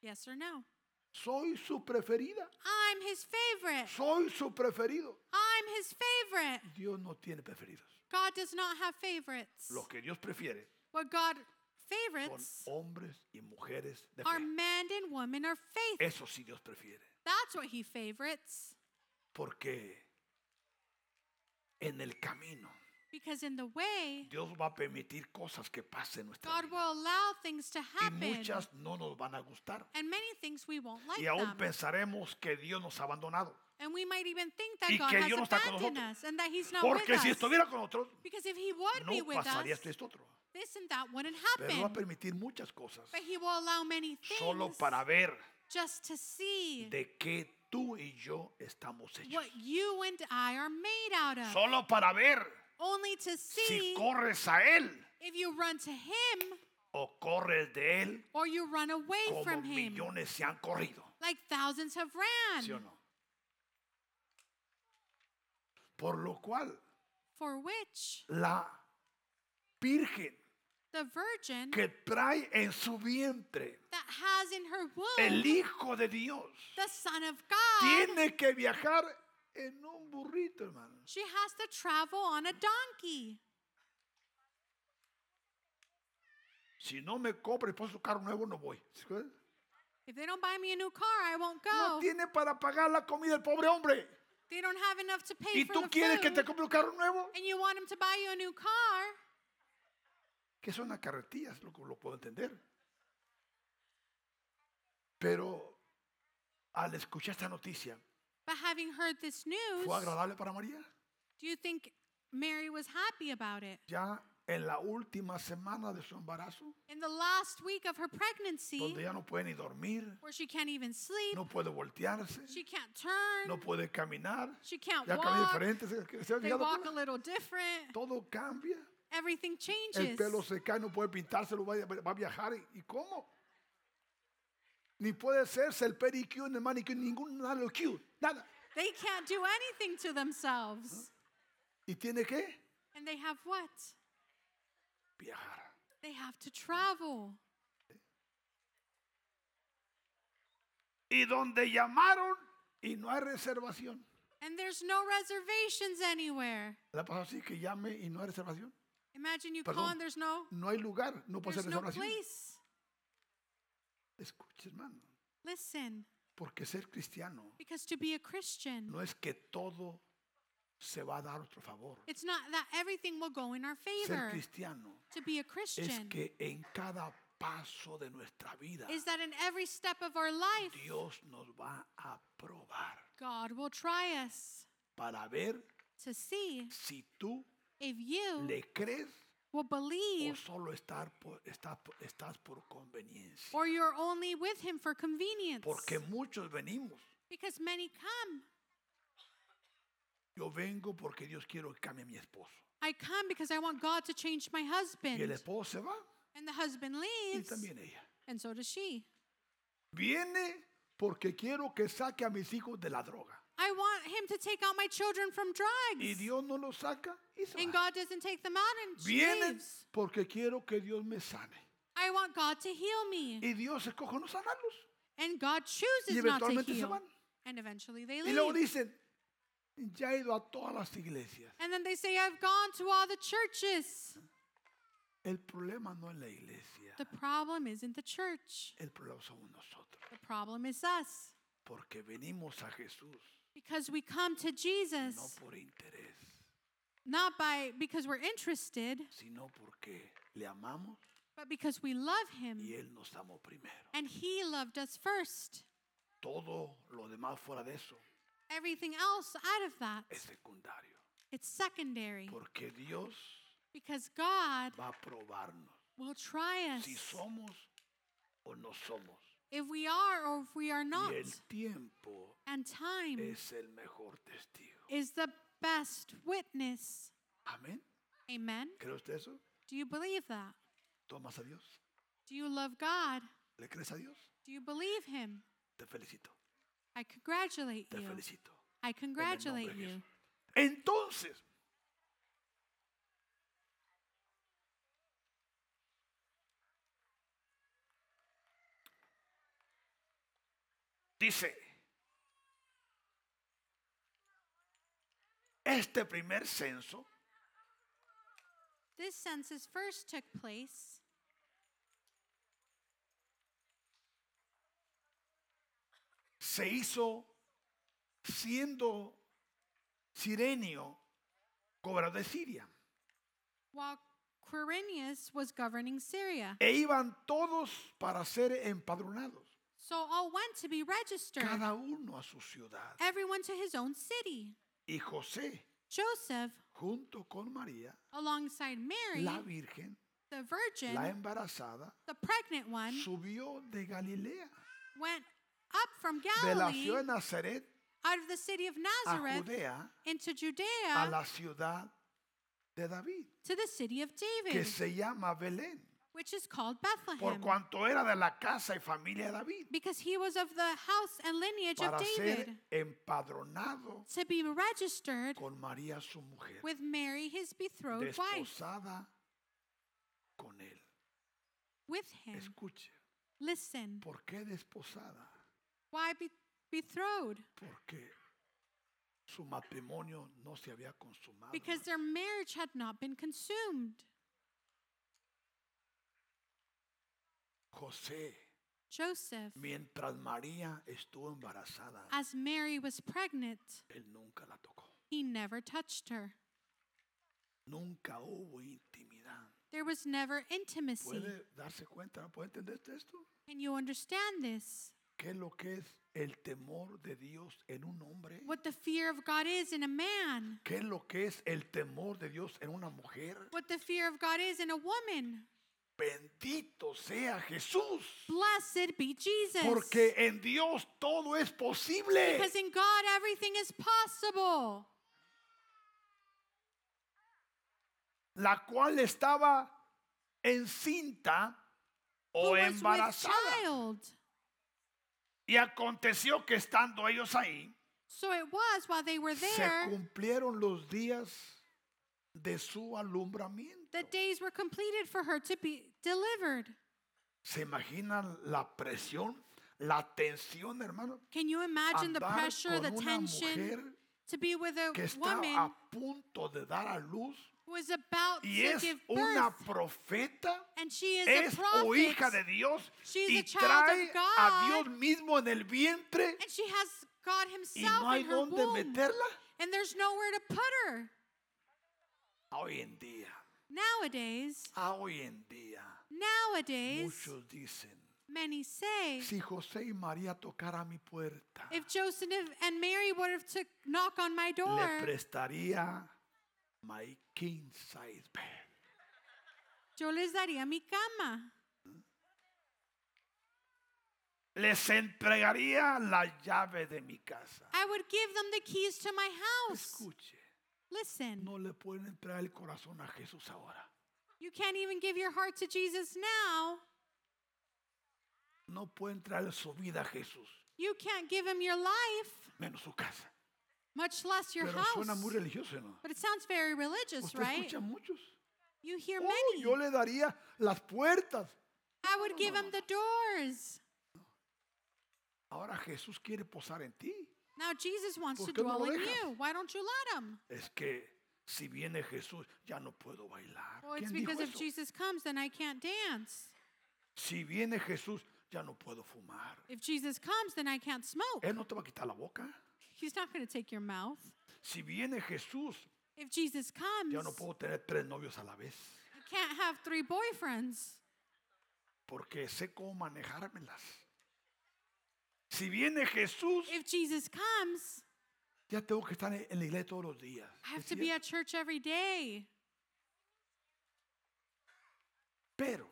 [SPEAKER 2] Yes or no?
[SPEAKER 1] Soy su preferida,
[SPEAKER 2] I'm his favorite.
[SPEAKER 1] soy su preferido.
[SPEAKER 2] I'm his favorite.
[SPEAKER 1] Dios no tiene preferidos.
[SPEAKER 2] God does not have favorites.
[SPEAKER 1] Los que Dios prefiere
[SPEAKER 2] What God
[SPEAKER 1] son
[SPEAKER 2] favorites
[SPEAKER 1] hombres y mujeres de
[SPEAKER 2] are
[SPEAKER 1] fe.
[SPEAKER 2] men and women are faith.
[SPEAKER 1] Eso sí Dios prefiere,
[SPEAKER 2] That's what he favorites
[SPEAKER 1] porque en el camino
[SPEAKER 2] because in the way,
[SPEAKER 1] Dios va a permitir cosas que pasen en nuestra
[SPEAKER 2] God
[SPEAKER 1] vida.
[SPEAKER 2] will allow things to
[SPEAKER 1] y
[SPEAKER 2] happen.
[SPEAKER 1] muchas no nos van a gustar.
[SPEAKER 2] And many things we won't like
[SPEAKER 1] Y aún
[SPEAKER 2] them.
[SPEAKER 1] pensaremos que Dios nos ha abandonado.
[SPEAKER 2] And we might even think that
[SPEAKER 1] y
[SPEAKER 2] God
[SPEAKER 1] que
[SPEAKER 2] has
[SPEAKER 1] Dios no está con
[SPEAKER 2] abandoned
[SPEAKER 1] nosotros.
[SPEAKER 2] us and that he's not
[SPEAKER 1] Porque
[SPEAKER 2] with
[SPEAKER 1] si
[SPEAKER 2] us.
[SPEAKER 1] estuviera con nosotros,
[SPEAKER 2] Because if he would be
[SPEAKER 1] no
[SPEAKER 2] with us,
[SPEAKER 1] pasaría esto y esto otro.
[SPEAKER 2] this and that wouldn't
[SPEAKER 1] Pero va a
[SPEAKER 2] happen.
[SPEAKER 1] permitir muchas cosas.
[SPEAKER 2] But he will allow many
[SPEAKER 1] Solo
[SPEAKER 2] things
[SPEAKER 1] para ver
[SPEAKER 2] just to see
[SPEAKER 1] de qué tú y yo estamos hechos.
[SPEAKER 2] what you and I are made out of.
[SPEAKER 1] Solo para ver
[SPEAKER 2] Only to
[SPEAKER 1] si
[SPEAKER 2] see
[SPEAKER 1] corres a Él
[SPEAKER 2] if you run to him
[SPEAKER 1] o corres de Él
[SPEAKER 2] or you run away
[SPEAKER 1] como
[SPEAKER 2] from him,
[SPEAKER 1] millones se han corrido.
[SPEAKER 2] like thousands have
[SPEAKER 1] ¿Sí o
[SPEAKER 2] ran.
[SPEAKER 1] no? Por lo cual,
[SPEAKER 2] For which
[SPEAKER 1] la Virgen
[SPEAKER 2] the virgin
[SPEAKER 1] que trae en su vientre
[SPEAKER 2] that has in her
[SPEAKER 1] el
[SPEAKER 2] womb
[SPEAKER 1] Hijo de Dios
[SPEAKER 2] the Son of God,
[SPEAKER 1] tiene que viajar en un burrito, hermano.
[SPEAKER 2] she has to travel on a donkey.
[SPEAKER 1] Si no me compra y pongo su carro nuevo, no voy. ¿Se acuerdan?
[SPEAKER 2] If they don't buy me a new car, I won't
[SPEAKER 1] No
[SPEAKER 2] go.
[SPEAKER 1] tiene para pagar la comida el pobre hombre.
[SPEAKER 2] They don't have enough to pay
[SPEAKER 1] ¿Y
[SPEAKER 2] for the
[SPEAKER 1] tú quieres que
[SPEAKER 2] food.
[SPEAKER 1] te compre un carro nuevo?
[SPEAKER 2] And you want them to buy you a new car?
[SPEAKER 1] Que son las carretillas, lo, lo puedo entender. Pero al escuchar esta noticia,
[SPEAKER 2] But having heard this news,
[SPEAKER 1] ¿fue agradable para María?
[SPEAKER 2] do you think Mary was happy about it?
[SPEAKER 1] Ya en la última semana de su embarazo,
[SPEAKER 2] In the last week of her pregnancy,
[SPEAKER 1] donde ya no puede ni dormir,
[SPEAKER 2] where she can't even sleep,
[SPEAKER 1] no puede voltearse,
[SPEAKER 2] she can't turn,
[SPEAKER 1] no puede caminar,
[SPEAKER 2] she can't
[SPEAKER 1] ya camina
[SPEAKER 2] walk,
[SPEAKER 1] diferente, se, se ha
[SPEAKER 2] they
[SPEAKER 1] fijado
[SPEAKER 2] walk
[SPEAKER 1] cómo?
[SPEAKER 2] a little different,
[SPEAKER 1] todo cambia.
[SPEAKER 2] everything
[SPEAKER 1] El
[SPEAKER 2] changes.
[SPEAKER 1] pelo se cae, no puede pintárselo, va, a- va a viajar. ¿Y cómo? Ni puede hacerse el pedicure, ni el manicure, ningún nada, lo cute, nada.
[SPEAKER 2] They can't do anything to themselves.
[SPEAKER 1] ¿Y tiene que
[SPEAKER 2] And they have what?
[SPEAKER 1] viajar?
[SPEAKER 2] They have to travel.
[SPEAKER 1] Y donde llamaron y no hay reservación.
[SPEAKER 2] And there's no reservations anywhere.
[SPEAKER 1] ¿La ha pasado así que llame y no hay reservación?
[SPEAKER 2] Imagine you call
[SPEAKER 1] Perdón.
[SPEAKER 2] and there's no
[SPEAKER 1] No hay lugar, no puede
[SPEAKER 2] there's
[SPEAKER 1] ser
[SPEAKER 2] no
[SPEAKER 1] reservación.
[SPEAKER 2] place.
[SPEAKER 1] Escuche, hermano,
[SPEAKER 2] Listen,
[SPEAKER 1] porque ser cristiano
[SPEAKER 2] because to be a Christian,
[SPEAKER 1] no es que todo se va a dar a nuestro favor.
[SPEAKER 2] it's not that everything will go in our
[SPEAKER 1] Ser
[SPEAKER 2] favor.
[SPEAKER 1] cristiano
[SPEAKER 2] To be a
[SPEAKER 1] es
[SPEAKER 2] Christian
[SPEAKER 1] que en cada paso de nuestra vida
[SPEAKER 2] is that in every step of our life,
[SPEAKER 1] Dios nos va a probar
[SPEAKER 2] God will try us
[SPEAKER 1] para ver
[SPEAKER 2] to see
[SPEAKER 1] si tú
[SPEAKER 2] if you
[SPEAKER 1] le crees
[SPEAKER 2] will
[SPEAKER 1] o
[SPEAKER 2] believe
[SPEAKER 1] solo estar por- estás por- estás por conveniencia.
[SPEAKER 2] or you're only with Him for convenience.
[SPEAKER 1] Porque muchos venimos.
[SPEAKER 2] Because many come.
[SPEAKER 1] Yo vengo porque Dios quiero que cambie a mi esposo.
[SPEAKER 2] I come because I want God to change my husband.
[SPEAKER 1] Y el esposo se va
[SPEAKER 2] And the husband
[SPEAKER 1] y
[SPEAKER 2] leaves,
[SPEAKER 1] también ella.
[SPEAKER 2] and so does she.
[SPEAKER 1] Viene porque quiero que saque a mis hijos de la droga.
[SPEAKER 2] I want him to take out my children from
[SPEAKER 1] Y
[SPEAKER 2] drugs.
[SPEAKER 1] Dios no los saca y se
[SPEAKER 2] And
[SPEAKER 1] va.
[SPEAKER 2] God doesn't take them out and she
[SPEAKER 1] Viene
[SPEAKER 2] leaves.
[SPEAKER 1] porque quiero que Dios me sane.
[SPEAKER 2] I want God to heal me.
[SPEAKER 1] Y Dios escoge no sanarlos.
[SPEAKER 2] And God
[SPEAKER 1] Y
[SPEAKER 2] chooses not to
[SPEAKER 1] eventualmente se
[SPEAKER 2] heal.
[SPEAKER 1] van.
[SPEAKER 2] And eventually they
[SPEAKER 1] Y luego
[SPEAKER 2] leave.
[SPEAKER 1] dicen, ya he ido a todas las iglesias.
[SPEAKER 2] And then they say, I've gone to all the churches.
[SPEAKER 1] El problema no es la iglesia.
[SPEAKER 2] The problem isn't the church.
[SPEAKER 1] El problema somos nosotros.
[SPEAKER 2] The problem is us.
[SPEAKER 1] Porque venimos a Jesús
[SPEAKER 2] Because we come to
[SPEAKER 1] no
[SPEAKER 2] Jesus
[SPEAKER 1] por interés,
[SPEAKER 2] not by because we're interested,
[SPEAKER 1] sino porque le amamos
[SPEAKER 2] but because we love him.
[SPEAKER 1] y Él nos amó primero.
[SPEAKER 2] And he loved us first.
[SPEAKER 1] Todo lo demás fuera de eso
[SPEAKER 2] Everything else out of that,
[SPEAKER 1] es secundario.
[SPEAKER 2] it's secondary.
[SPEAKER 1] Porque Dios
[SPEAKER 2] Because God
[SPEAKER 1] va a probarnos
[SPEAKER 2] will try us
[SPEAKER 1] si somos o no somos.
[SPEAKER 2] if we are or if we are not.
[SPEAKER 1] Y el tiempo
[SPEAKER 2] And time
[SPEAKER 1] es el mejor testigo.
[SPEAKER 2] is the best witness.
[SPEAKER 1] Amén.
[SPEAKER 2] Amen.
[SPEAKER 1] ¿Cree usted eso?
[SPEAKER 2] Do you believe that?
[SPEAKER 1] ¿Tomas a Dios?
[SPEAKER 2] Do you love God?
[SPEAKER 1] ¿Le crees a Dios?
[SPEAKER 2] Do you believe Him?
[SPEAKER 1] Te felicito.
[SPEAKER 2] I congratulate
[SPEAKER 1] Te
[SPEAKER 2] you.
[SPEAKER 1] felicito.
[SPEAKER 2] I
[SPEAKER 1] en el nombre
[SPEAKER 2] congratulate
[SPEAKER 1] de
[SPEAKER 2] you.
[SPEAKER 1] Jesús. Entonces, dice, este primer censo
[SPEAKER 2] This census first took place
[SPEAKER 1] se hizo siendo Sirenio gobernador de Siria.
[SPEAKER 2] while Quirinius was governing Syria.
[SPEAKER 1] E iban todos para ser empadronados,
[SPEAKER 2] So all went to be registered,
[SPEAKER 1] cada uno a su ciudad.
[SPEAKER 2] everyone to his own city.
[SPEAKER 1] Y José,
[SPEAKER 2] Joseph,
[SPEAKER 1] junto con María,
[SPEAKER 2] alongside Mary,
[SPEAKER 1] la Virgen,
[SPEAKER 2] the
[SPEAKER 1] la
[SPEAKER 2] virgin,
[SPEAKER 1] embarazada,
[SPEAKER 2] the pregnant one,
[SPEAKER 1] subió de Galilea,
[SPEAKER 2] went up from
[SPEAKER 1] de la
[SPEAKER 2] Galilee,
[SPEAKER 1] ciudad de Nazaret
[SPEAKER 2] out of the city of
[SPEAKER 1] a
[SPEAKER 2] Nazareth,
[SPEAKER 1] Judea,
[SPEAKER 2] into
[SPEAKER 1] a
[SPEAKER 2] Judea,
[SPEAKER 1] la ciudad de David,
[SPEAKER 2] to the city of
[SPEAKER 1] que
[SPEAKER 2] David,
[SPEAKER 1] se llama Belén,
[SPEAKER 2] which is called
[SPEAKER 1] por
[SPEAKER 2] Bethlehem,
[SPEAKER 1] cuanto era de la casa y familia de David,
[SPEAKER 2] because he was of the house and lineage of
[SPEAKER 1] para
[SPEAKER 2] David,
[SPEAKER 1] ser empadronado
[SPEAKER 2] to be registered
[SPEAKER 1] con María su mujer,
[SPEAKER 2] with Mary, his betrothed wife,
[SPEAKER 1] desposada con él.
[SPEAKER 2] with him.
[SPEAKER 1] Escuche,
[SPEAKER 2] Listen,
[SPEAKER 1] ¿por qué desposada?
[SPEAKER 2] why be- betrothed?
[SPEAKER 1] Porque su matrimonio no se había consumado.
[SPEAKER 2] Because their marriage had not been consumed.
[SPEAKER 1] José
[SPEAKER 2] Joseph,
[SPEAKER 1] Mientras María estuvo embarazada,
[SPEAKER 2] as Mary was pregnant,
[SPEAKER 1] él nunca la tocó.
[SPEAKER 2] he never touched her.
[SPEAKER 1] Nunca hubo intimidad.
[SPEAKER 2] There was never intimacy.
[SPEAKER 1] ¿Puede darse cuenta? ¿No puede entender usted esto?
[SPEAKER 2] Can you understand this?
[SPEAKER 1] ¿Qué es lo que es el temor de Dios en un hombre?
[SPEAKER 2] What the fear of God is in a man,
[SPEAKER 1] ¿Qué es lo que es el temor de Dios en una mujer?
[SPEAKER 2] what the fear of God is in a woman.
[SPEAKER 1] Bendito sea Jesús.
[SPEAKER 2] Blessed be Jesus.
[SPEAKER 1] Porque en Dios todo es posible.
[SPEAKER 2] Because in God everything is possible.
[SPEAKER 1] La cual estaba encinta
[SPEAKER 2] Who
[SPEAKER 1] o
[SPEAKER 2] was with
[SPEAKER 1] embarazada.
[SPEAKER 2] child?
[SPEAKER 1] Y aconteció que estando ellos ahí,
[SPEAKER 2] So it was while they were
[SPEAKER 1] se
[SPEAKER 2] there,
[SPEAKER 1] cumplieron los días de su alumbramiento.
[SPEAKER 2] the days were completed for her to be delivered.
[SPEAKER 1] ¿Se imaginan la presión, la tensión, hermano?
[SPEAKER 2] Can you imagine the
[SPEAKER 1] Andar
[SPEAKER 2] pressure, the
[SPEAKER 1] con una
[SPEAKER 2] tension
[SPEAKER 1] mujer
[SPEAKER 2] to be with
[SPEAKER 1] que
[SPEAKER 2] a
[SPEAKER 1] está
[SPEAKER 2] woman
[SPEAKER 1] a punto de dar a luz
[SPEAKER 2] who is about
[SPEAKER 1] y
[SPEAKER 2] to
[SPEAKER 1] es
[SPEAKER 2] give
[SPEAKER 1] una
[SPEAKER 2] birth?
[SPEAKER 1] profeta,
[SPEAKER 2] And she is
[SPEAKER 1] es
[SPEAKER 2] a
[SPEAKER 1] o hija
[SPEAKER 2] prophet.
[SPEAKER 1] de Dios
[SPEAKER 2] She's
[SPEAKER 1] y
[SPEAKER 2] a child of
[SPEAKER 1] trae a
[SPEAKER 2] God.
[SPEAKER 1] Dios mismo en el vientre
[SPEAKER 2] And she has God
[SPEAKER 1] y no
[SPEAKER 2] Himself
[SPEAKER 1] hay
[SPEAKER 2] in her
[SPEAKER 1] dónde
[SPEAKER 2] womb.
[SPEAKER 1] meterla.
[SPEAKER 2] And there's nowhere to put her.
[SPEAKER 1] A Hoy en día,
[SPEAKER 2] Nowadays,
[SPEAKER 1] a hoy en día,
[SPEAKER 2] nowadays,
[SPEAKER 1] muchos dicen,
[SPEAKER 2] many say,
[SPEAKER 1] si José y María tocaran mi puerta,
[SPEAKER 2] if Joseph and Mary would have to knock on my
[SPEAKER 1] le
[SPEAKER 2] door,
[SPEAKER 1] prestaría my king size bed.
[SPEAKER 2] yo les daría mi cama.
[SPEAKER 1] Les entregaría la llave de mi casa.
[SPEAKER 2] I would give them the keys to my house.
[SPEAKER 1] Escuche,
[SPEAKER 2] Listen,
[SPEAKER 1] no le pueden entregar el corazón a Jesús ahora.
[SPEAKER 2] you can't even give your heart to Jesus now.
[SPEAKER 1] No pueden traer su vida a Jesús,
[SPEAKER 2] You can't give him your life,
[SPEAKER 1] menos su casa.
[SPEAKER 2] much less your
[SPEAKER 1] Pero suena
[SPEAKER 2] house.
[SPEAKER 1] muy religioso, ¿no?
[SPEAKER 2] But it sounds very religious,
[SPEAKER 1] Usted
[SPEAKER 2] right?
[SPEAKER 1] escucha a muchos.
[SPEAKER 2] You hear
[SPEAKER 1] Oh, yo
[SPEAKER 2] many.
[SPEAKER 1] le daría las puertas.
[SPEAKER 2] I would give him the doors.
[SPEAKER 1] Ahora Jesús quiere posar en ti.
[SPEAKER 2] Now Jesus wants
[SPEAKER 1] ¿Por
[SPEAKER 2] to
[SPEAKER 1] qué no lo
[SPEAKER 2] dwell in
[SPEAKER 1] dejas?
[SPEAKER 2] you. Why don't you let him?
[SPEAKER 1] Es que si viene Jesús, ya no puedo bailar.
[SPEAKER 2] Well, Oh, it's
[SPEAKER 1] ¿Quién dijo
[SPEAKER 2] because if
[SPEAKER 1] eso?
[SPEAKER 2] Jesus comes, then I can't dance.
[SPEAKER 1] Si viene Jesús, ya no puedo fumar.
[SPEAKER 2] If Jesus comes, then I can't smoke.
[SPEAKER 1] Él no te va a quitar la boca.
[SPEAKER 2] He's not going to take your mouth.
[SPEAKER 1] Si viene Jesús,
[SPEAKER 2] If Jesus comes,
[SPEAKER 1] ya no puedo tener tres novios a la vez.
[SPEAKER 2] I can't have three boyfriends.
[SPEAKER 1] porque sé cómo manejármelas. Si viene Jesús,
[SPEAKER 2] If Jesus comes,
[SPEAKER 1] ya tengo que estar en la iglesia todos los días.
[SPEAKER 2] I have
[SPEAKER 1] ¿Es
[SPEAKER 2] to be
[SPEAKER 1] cierto?
[SPEAKER 2] at church every day.
[SPEAKER 1] Pero,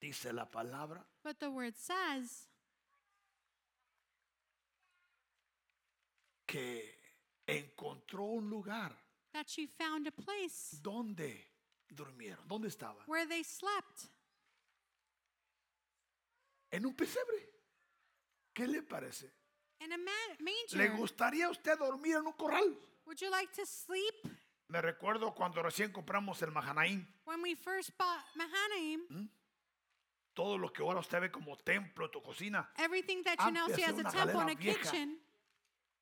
[SPEAKER 1] dice la palabra,
[SPEAKER 2] But the word says
[SPEAKER 1] que encontró un lugar
[SPEAKER 2] that she found a place
[SPEAKER 1] donde durmieron. ¿Dónde estaba?
[SPEAKER 2] where they slept
[SPEAKER 1] En un pesebre. ¿Qué le parece?
[SPEAKER 2] in a ma-
[SPEAKER 1] ¿Le
[SPEAKER 2] manger.
[SPEAKER 1] gustaría a usted dormir en un corral?
[SPEAKER 2] Would you like to sleep?
[SPEAKER 1] Me recuerdo cuando recién compramos el Mahanaim.
[SPEAKER 2] When we first bought Mahanaim,
[SPEAKER 1] Todo lo que ahora usted ve como templo, tu cocina,
[SPEAKER 2] everything that you now
[SPEAKER 1] Antes
[SPEAKER 2] see
[SPEAKER 1] era
[SPEAKER 2] as a
[SPEAKER 1] Ah, una
[SPEAKER 2] temple and
[SPEAKER 1] galera
[SPEAKER 2] a
[SPEAKER 1] vieja.
[SPEAKER 2] kitchen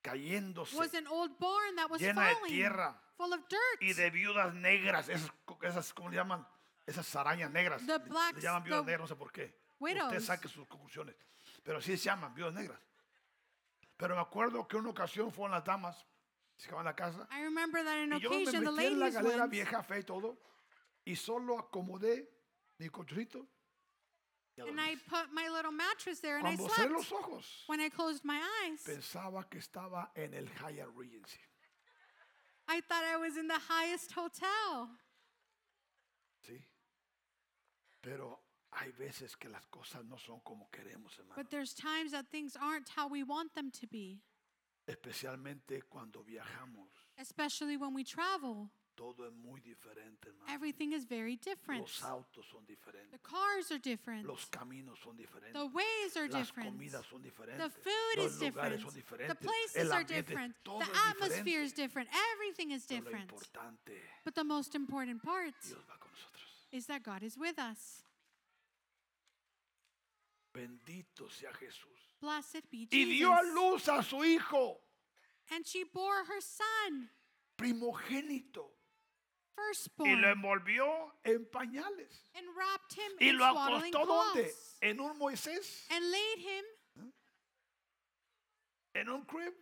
[SPEAKER 1] cayéndose.
[SPEAKER 2] was an old barn that was
[SPEAKER 1] Llena de
[SPEAKER 2] falling,
[SPEAKER 1] tierra.
[SPEAKER 2] full of dirt.
[SPEAKER 1] y de viudas negras, esas, co- esas ¿cómo le llaman? Esas arañas negras.
[SPEAKER 2] The
[SPEAKER 1] Le- le
[SPEAKER 2] blacks,
[SPEAKER 1] llaman viudas
[SPEAKER 2] the
[SPEAKER 1] negras, no sé por qué. Usted
[SPEAKER 2] widows.
[SPEAKER 1] saque sus conclusiones. Pero sí se llaman viudas negras. Pero me acuerdo que una ocasión fueron las damas, se quedaban en la casa,
[SPEAKER 2] I remember that on
[SPEAKER 1] y yo me
[SPEAKER 2] occasion the
[SPEAKER 1] metí en la
[SPEAKER 2] ladies
[SPEAKER 1] galera
[SPEAKER 2] went,
[SPEAKER 1] vieja, fe y todo, y solo acomodé mi colchoncito. y a
[SPEAKER 2] and I
[SPEAKER 1] dormir.
[SPEAKER 2] put my little mattress there and I
[SPEAKER 1] Cuando cerré
[SPEAKER 2] slept.
[SPEAKER 1] los ojos,
[SPEAKER 2] When I closed my eyes,
[SPEAKER 1] pensaba que estaba en el Hyatt Regency.
[SPEAKER 2] I thought I was in the highest hotel.
[SPEAKER 1] ¿sí? Pero hay veces que las cosas no son como queremos, hermano.
[SPEAKER 2] But there's times that things aren't how we want them to be,
[SPEAKER 1] especialmente cuando viajamos,
[SPEAKER 2] especially when we travel.
[SPEAKER 1] todo es muy diferente, hermano.
[SPEAKER 2] Everything is very different.
[SPEAKER 1] Los autos son
[SPEAKER 2] The
[SPEAKER 1] diferentes,
[SPEAKER 2] cars are different.
[SPEAKER 1] los caminos son diferentes,
[SPEAKER 2] The ways are
[SPEAKER 1] las
[SPEAKER 2] different.
[SPEAKER 1] comidas son
[SPEAKER 2] The
[SPEAKER 1] diferentes,
[SPEAKER 2] food
[SPEAKER 1] los lugares
[SPEAKER 2] is different.
[SPEAKER 1] son
[SPEAKER 2] The
[SPEAKER 1] diferentes,
[SPEAKER 2] places
[SPEAKER 1] el
[SPEAKER 2] are
[SPEAKER 1] ambiente,
[SPEAKER 2] different.
[SPEAKER 1] todo
[SPEAKER 2] The
[SPEAKER 1] es
[SPEAKER 2] atmosphere
[SPEAKER 1] diferente.
[SPEAKER 2] is different. Everything is
[SPEAKER 1] Pero Lo
[SPEAKER 2] different.
[SPEAKER 1] importante,
[SPEAKER 2] But the most important part
[SPEAKER 1] Dios va con nosotros.
[SPEAKER 2] is that God is with us.
[SPEAKER 1] Bendito sea Jesús.
[SPEAKER 2] Blessed be
[SPEAKER 1] Y dio a
[SPEAKER 2] Jesus.
[SPEAKER 1] luz a su hijo
[SPEAKER 2] And she bore her son,
[SPEAKER 1] primogénito y
[SPEAKER 2] firstborn,
[SPEAKER 1] lo envolvió en pañales.
[SPEAKER 2] and wrapped him
[SPEAKER 1] Y
[SPEAKER 2] in
[SPEAKER 1] lo
[SPEAKER 2] swaddling
[SPEAKER 1] acostó ¿dónde?
[SPEAKER 2] clothes.
[SPEAKER 1] en un Moisés,
[SPEAKER 2] and laid him
[SPEAKER 1] en un crib,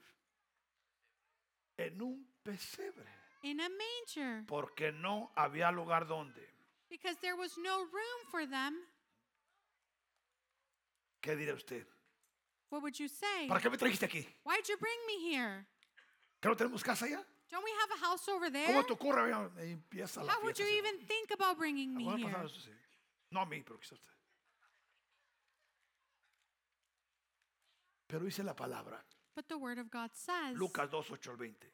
[SPEAKER 1] en un pesebre,
[SPEAKER 2] in a manger
[SPEAKER 1] porque no había lugar donde.
[SPEAKER 2] because there was no room for them.
[SPEAKER 1] ¿Qué dirá usted?
[SPEAKER 2] What would you say?
[SPEAKER 1] ¿Para qué me trajiste aquí?
[SPEAKER 2] Why'd you bring me here?
[SPEAKER 1] ¿Que no tenemos casa ya?
[SPEAKER 2] Don't we have a house over there?
[SPEAKER 1] ¿Cómo te ocurre? Mira, ahí Empieza la
[SPEAKER 2] ¿Eh? How would
[SPEAKER 1] fiesta.
[SPEAKER 2] you
[SPEAKER 1] señor.
[SPEAKER 2] even think about bringing me
[SPEAKER 1] Alguna
[SPEAKER 2] here?
[SPEAKER 1] persona eso sí. No a mí, pero quizás a usted. Pero dice la palabra,
[SPEAKER 2] But the word of God says,
[SPEAKER 1] Lucas 2, 8 al 20.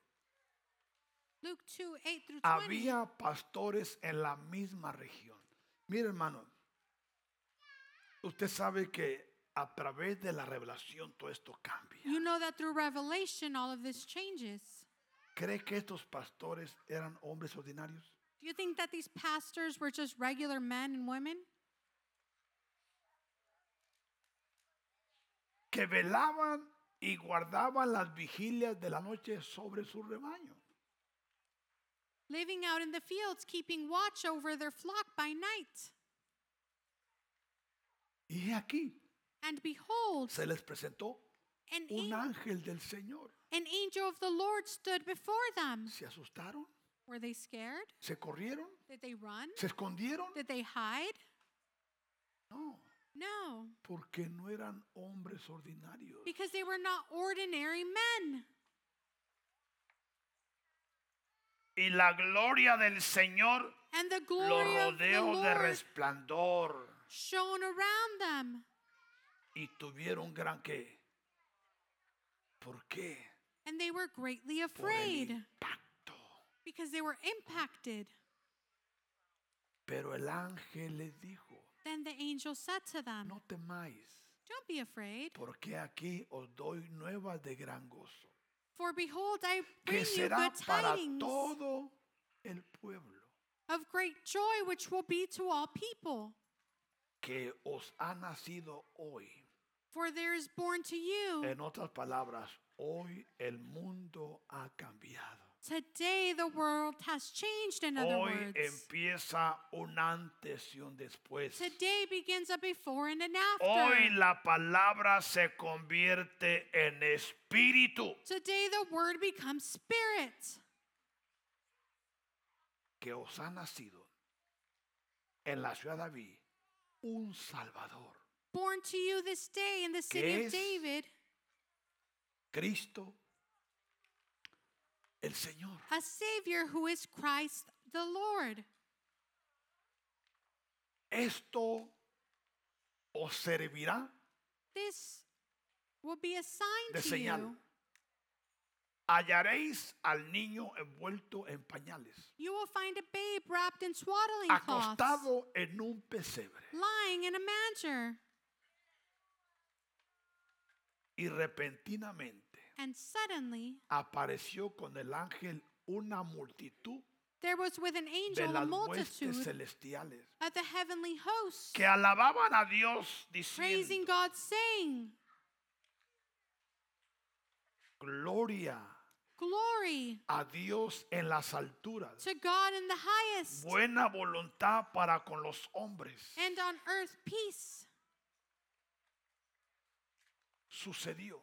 [SPEAKER 2] Luke 2, 8 through 20.
[SPEAKER 1] Había pastores en la misma región. Mire, hermano, usted sabe que a través de la revelación todo esto cambia.
[SPEAKER 2] You know that through revelation, all of this changes.
[SPEAKER 1] ¿Cree que estos pastores eran hombres ordinarios?
[SPEAKER 2] Do you think that these pastors were just regular men and women
[SPEAKER 1] Que velaban y guardaban las vigilias de la noche sobre su rebaño.
[SPEAKER 2] living out in the fields, keeping watch over their flock by night?
[SPEAKER 1] Y aquí
[SPEAKER 2] And behold,
[SPEAKER 1] se les presentó
[SPEAKER 2] an,
[SPEAKER 1] un
[SPEAKER 2] an-
[SPEAKER 1] ángel del Señor.
[SPEAKER 2] an angel of the Lord stood before them.
[SPEAKER 1] ¿Se asustaron?
[SPEAKER 2] Were they scared?
[SPEAKER 1] ¿Se corrieron?
[SPEAKER 2] Did they run?
[SPEAKER 1] ¿Se escondieron?
[SPEAKER 2] Did they hide?
[SPEAKER 1] No,
[SPEAKER 2] No,
[SPEAKER 1] porque no eran hombres ordinarios.
[SPEAKER 2] because they were not ordinary men.
[SPEAKER 1] Y la gloria del Señor
[SPEAKER 2] And the
[SPEAKER 1] los
[SPEAKER 2] glory of the
[SPEAKER 1] rodeó de
[SPEAKER 2] Lord
[SPEAKER 1] resplandor
[SPEAKER 2] shone around them.
[SPEAKER 1] y tuvieron gran qué. ¿Por qué?
[SPEAKER 2] And they were greatly
[SPEAKER 1] Por el
[SPEAKER 2] afraid
[SPEAKER 1] impacto.
[SPEAKER 2] because they were impacted.
[SPEAKER 1] Pero el ángel les dijo,
[SPEAKER 2] Then the angel said to them,
[SPEAKER 1] no temáis,
[SPEAKER 2] Don't be afraid,
[SPEAKER 1] porque aquí os doy nuevas de gran gozo,
[SPEAKER 2] for behold, I
[SPEAKER 1] que
[SPEAKER 2] bring you
[SPEAKER 1] será
[SPEAKER 2] good
[SPEAKER 1] para
[SPEAKER 2] tidings
[SPEAKER 1] todo el pueblo,
[SPEAKER 2] of great joy, which will be to all people.
[SPEAKER 1] que os ha nacido hoy.
[SPEAKER 2] For there is born to you
[SPEAKER 1] En otras palabras, hoy el mundo ha cambiado.
[SPEAKER 2] today the world has changed, in other
[SPEAKER 1] Hoy
[SPEAKER 2] words.
[SPEAKER 1] empieza un antes y un después.
[SPEAKER 2] Today begins a before and an after.
[SPEAKER 1] Hoy la palabra se convierte en espíritu
[SPEAKER 2] Today the word becomes spirit
[SPEAKER 1] que os ha nacido en la ciudad de David un Salvador,
[SPEAKER 2] born to you this day in the city
[SPEAKER 1] es?
[SPEAKER 2] of David,
[SPEAKER 1] Cristo, el Señor.
[SPEAKER 2] a Savior who is Christ the Lord.
[SPEAKER 1] Esto os servirá
[SPEAKER 2] This will be
[SPEAKER 1] de
[SPEAKER 2] a sign to you.
[SPEAKER 1] señal. Hallaréis al niño envuelto en pañales.
[SPEAKER 2] You will find a babe wrapped in swaddling cloths,
[SPEAKER 1] acostado en un pesebre
[SPEAKER 2] lying in a manger.
[SPEAKER 1] y repentinamente
[SPEAKER 2] And suddenly
[SPEAKER 1] apareció con el ángel una multitud
[SPEAKER 2] there was with an
[SPEAKER 1] de
[SPEAKER 2] angel a
[SPEAKER 1] las huestes
[SPEAKER 2] multitude
[SPEAKER 1] celestiales
[SPEAKER 2] of the heavenly hosts,
[SPEAKER 1] que alababan a Dios
[SPEAKER 2] praising
[SPEAKER 1] diciendo
[SPEAKER 2] God, saying,
[SPEAKER 1] gloria
[SPEAKER 2] Glory
[SPEAKER 1] a Dios en las alturas
[SPEAKER 2] to God in the highest,
[SPEAKER 1] buena voluntad para con los hombres
[SPEAKER 2] and on earth peace.
[SPEAKER 1] sucedió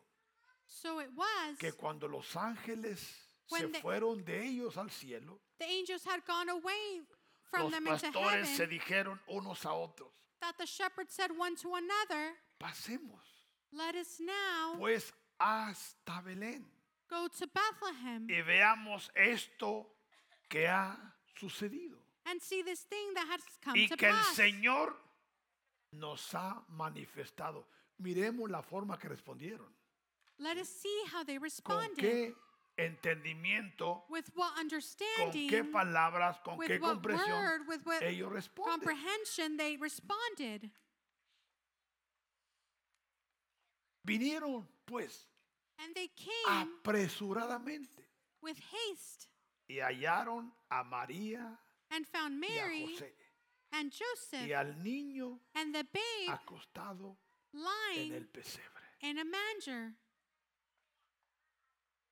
[SPEAKER 2] So it was.
[SPEAKER 1] que cuando los ángeles se
[SPEAKER 2] When the-
[SPEAKER 1] fueron de ellos al cielo
[SPEAKER 2] The angels had gone away from
[SPEAKER 1] los
[SPEAKER 2] them into heaven,
[SPEAKER 1] pastores se dijeron unos a otros
[SPEAKER 2] that the shepherds said one to another,
[SPEAKER 1] pasemos
[SPEAKER 2] Let us now
[SPEAKER 1] pues hasta Belén
[SPEAKER 2] go to Bethlehem
[SPEAKER 1] y veamos esto que ha sucedido
[SPEAKER 2] and see this thing that has come
[SPEAKER 1] y
[SPEAKER 2] to
[SPEAKER 1] que el
[SPEAKER 2] pass.
[SPEAKER 1] Señor nos ha manifestado. Miremos la forma que respondieron.
[SPEAKER 2] Let us see how they
[SPEAKER 1] ¿Con
[SPEAKER 2] responded.
[SPEAKER 1] qué entendimiento?
[SPEAKER 2] With
[SPEAKER 1] ¿Con
[SPEAKER 2] what
[SPEAKER 1] qué
[SPEAKER 2] understanding,
[SPEAKER 1] palabras? ¿Con
[SPEAKER 2] with
[SPEAKER 1] qué
[SPEAKER 2] what word,
[SPEAKER 1] comprensión?
[SPEAKER 2] with what
[SPEAKER 1] Ellos responden.
[SPEAKER 2] comprehension they responded.
[SPEAKER 1] Vinieron pues
[SPEAKER 2] And they
[SPEAKER 1] Ah.
[SPEAKER 2] came
[SPEAKER 1] apresuradamente
[SPEAKER 2] with haste
[SPEAKER 1] y hallaron a María
[SPEAKER 2] and found
[SPEAKER 1] y a
[SPEAKER 2] Mary
[SPEAKER 1] José
[SPEAKER 2] and
[SPEAKER 1] y
[SPEAKER 2] Joseph
[SPEAKER 1] al niño
[SPEAKER 2] and the babe
[SPEAKER 1] acostado en
[SPEAKER 2] lying
[SPEAKER 1] el pesebre.
[SPEAKER 2] in a manger.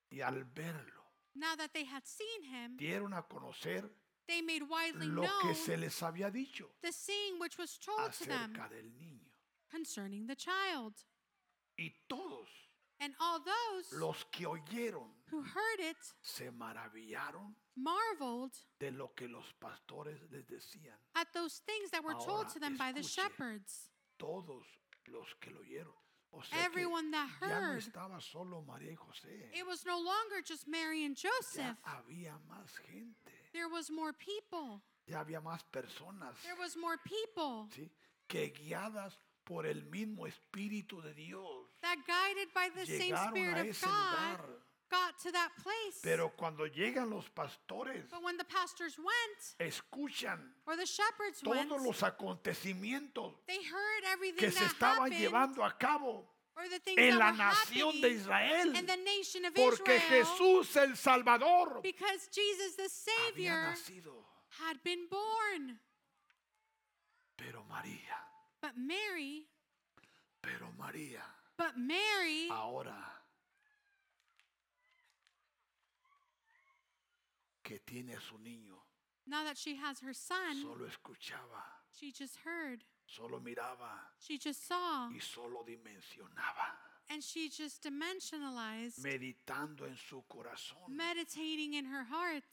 [SPEAKER 1] Y al verlo,
[SPEAKER 2] Now that they had seen him,
[SPEAKER 1] dieron a conocer
[SPEAKER 2] they made widely
[SPEAKER 1] lo
[SPEAKER 2] known
[SPEAKER 1] que se les había dicho
[SPEAKER 2] the saying which was told to them
[SPEAKER 1] acerca del niño.
[SPEAKER 2] concerning the child.
[SPEAKER 1] Y todos
[SPEAKER 2] And all those
[SPEAKER 1] los que oyeron
[SPEAKER 2] who heard it
[SPEAKER 1] se maravillaron
[SPEAKER 2] marveled
[SPEAKER 1] de lo que los pastores les decían.
[SPEAKER 2] at those things that were told
[SPEAKER 1] Ahora,
[SPEAKER 2] to them by the
[SPEAKER 1] escuche.
[SPEAKER 2] shepherds.
[SPEAKER 1] Todos los que lo oyeron. O sea que
[SPEAKER 2] Everyone that
[SPEAKER 1] ya no
[SPEAKER 2] heard.
[SPEAKER 1] estaba solo María y José.
[SPEAKER 2] It was no longer just Mary and Joseph.
[SPEAKER 1] Ya había más gente.
[SPEAKER 2] There was more people.
[SPEAKER 1] Ya había más personas.
[SPEAKER 2] There was more people
[SPEAKER 1] ¿sí? Que guiadas por el mismo Espíritu de Dios.
[SPEAKER 2] that guided by the same
[SPEAKER 1] Llegaron
[SPEAKER 2] Spirit
[SPEAKER 1] a
[SPEAKER 2] of
[SPEAKER 1] ese
[SPEAKER 2] God
[SPEAKER 1] lugar.
[SPEAKER 2] got to that place.
[SPEAKER 1] Pero cuando llegan los pastores,
[SPEAKER 2] But when the pastors went,
[SPEAKER 1] escuchan
[SPEAKER 2] or the shepherds went,
[SPEAKER 1] todos los acontecimientos
[SPEAKER 2] they heard everything
[SPEAKER 1] que se
[SPEAKER 2] that
[SPEAKER 1] estaban
[SPEAKER 2] happened,
[SPEAKER 1] llevando a cabo
[SPEAKER 2] or the things
[SPEAKER 1] en la
[SPEAKER 2] that were
[SPEAKER 1] nación de
[SPEAKER 2] happening
[SPEAKER 1] Israel.
[SPEAKER 2] in the nation of
[SPEAKER 1] Porque
[SPEAKER 2] Israel,
[SPEAKER 1] Jesús el Salvador
[SPEAKER 2] because Jesus the
[SPEAKER 1] había
[SPEAKER 2] Savior
[SPEAKER 1] nacido.
[SPEAKER 2] had been born.
[SPEAKER 1] Pero María,
[SPEAKER 2] But Mary,
[SPEAKER 1] pero María,
[SPEAKER 2] but Mary,
[SPEAKER 1] Ah. ahora que tiene a su niño,
[SPEAKER 2] now that she has her son,
[SPEAKER 1] solo escuchaba,
[SPEAKER 2] she just heard,
[SPEAKER 1] solo miraba
[SPEAKER 2] she just saw,
[SPEAKER 1] y solo dimensionaba.
[SPEAKER 2] and she just dimensionalized,
[SPEAKER 1] meditando en su corazón.
[SPEAKER 2] meditating in her heart.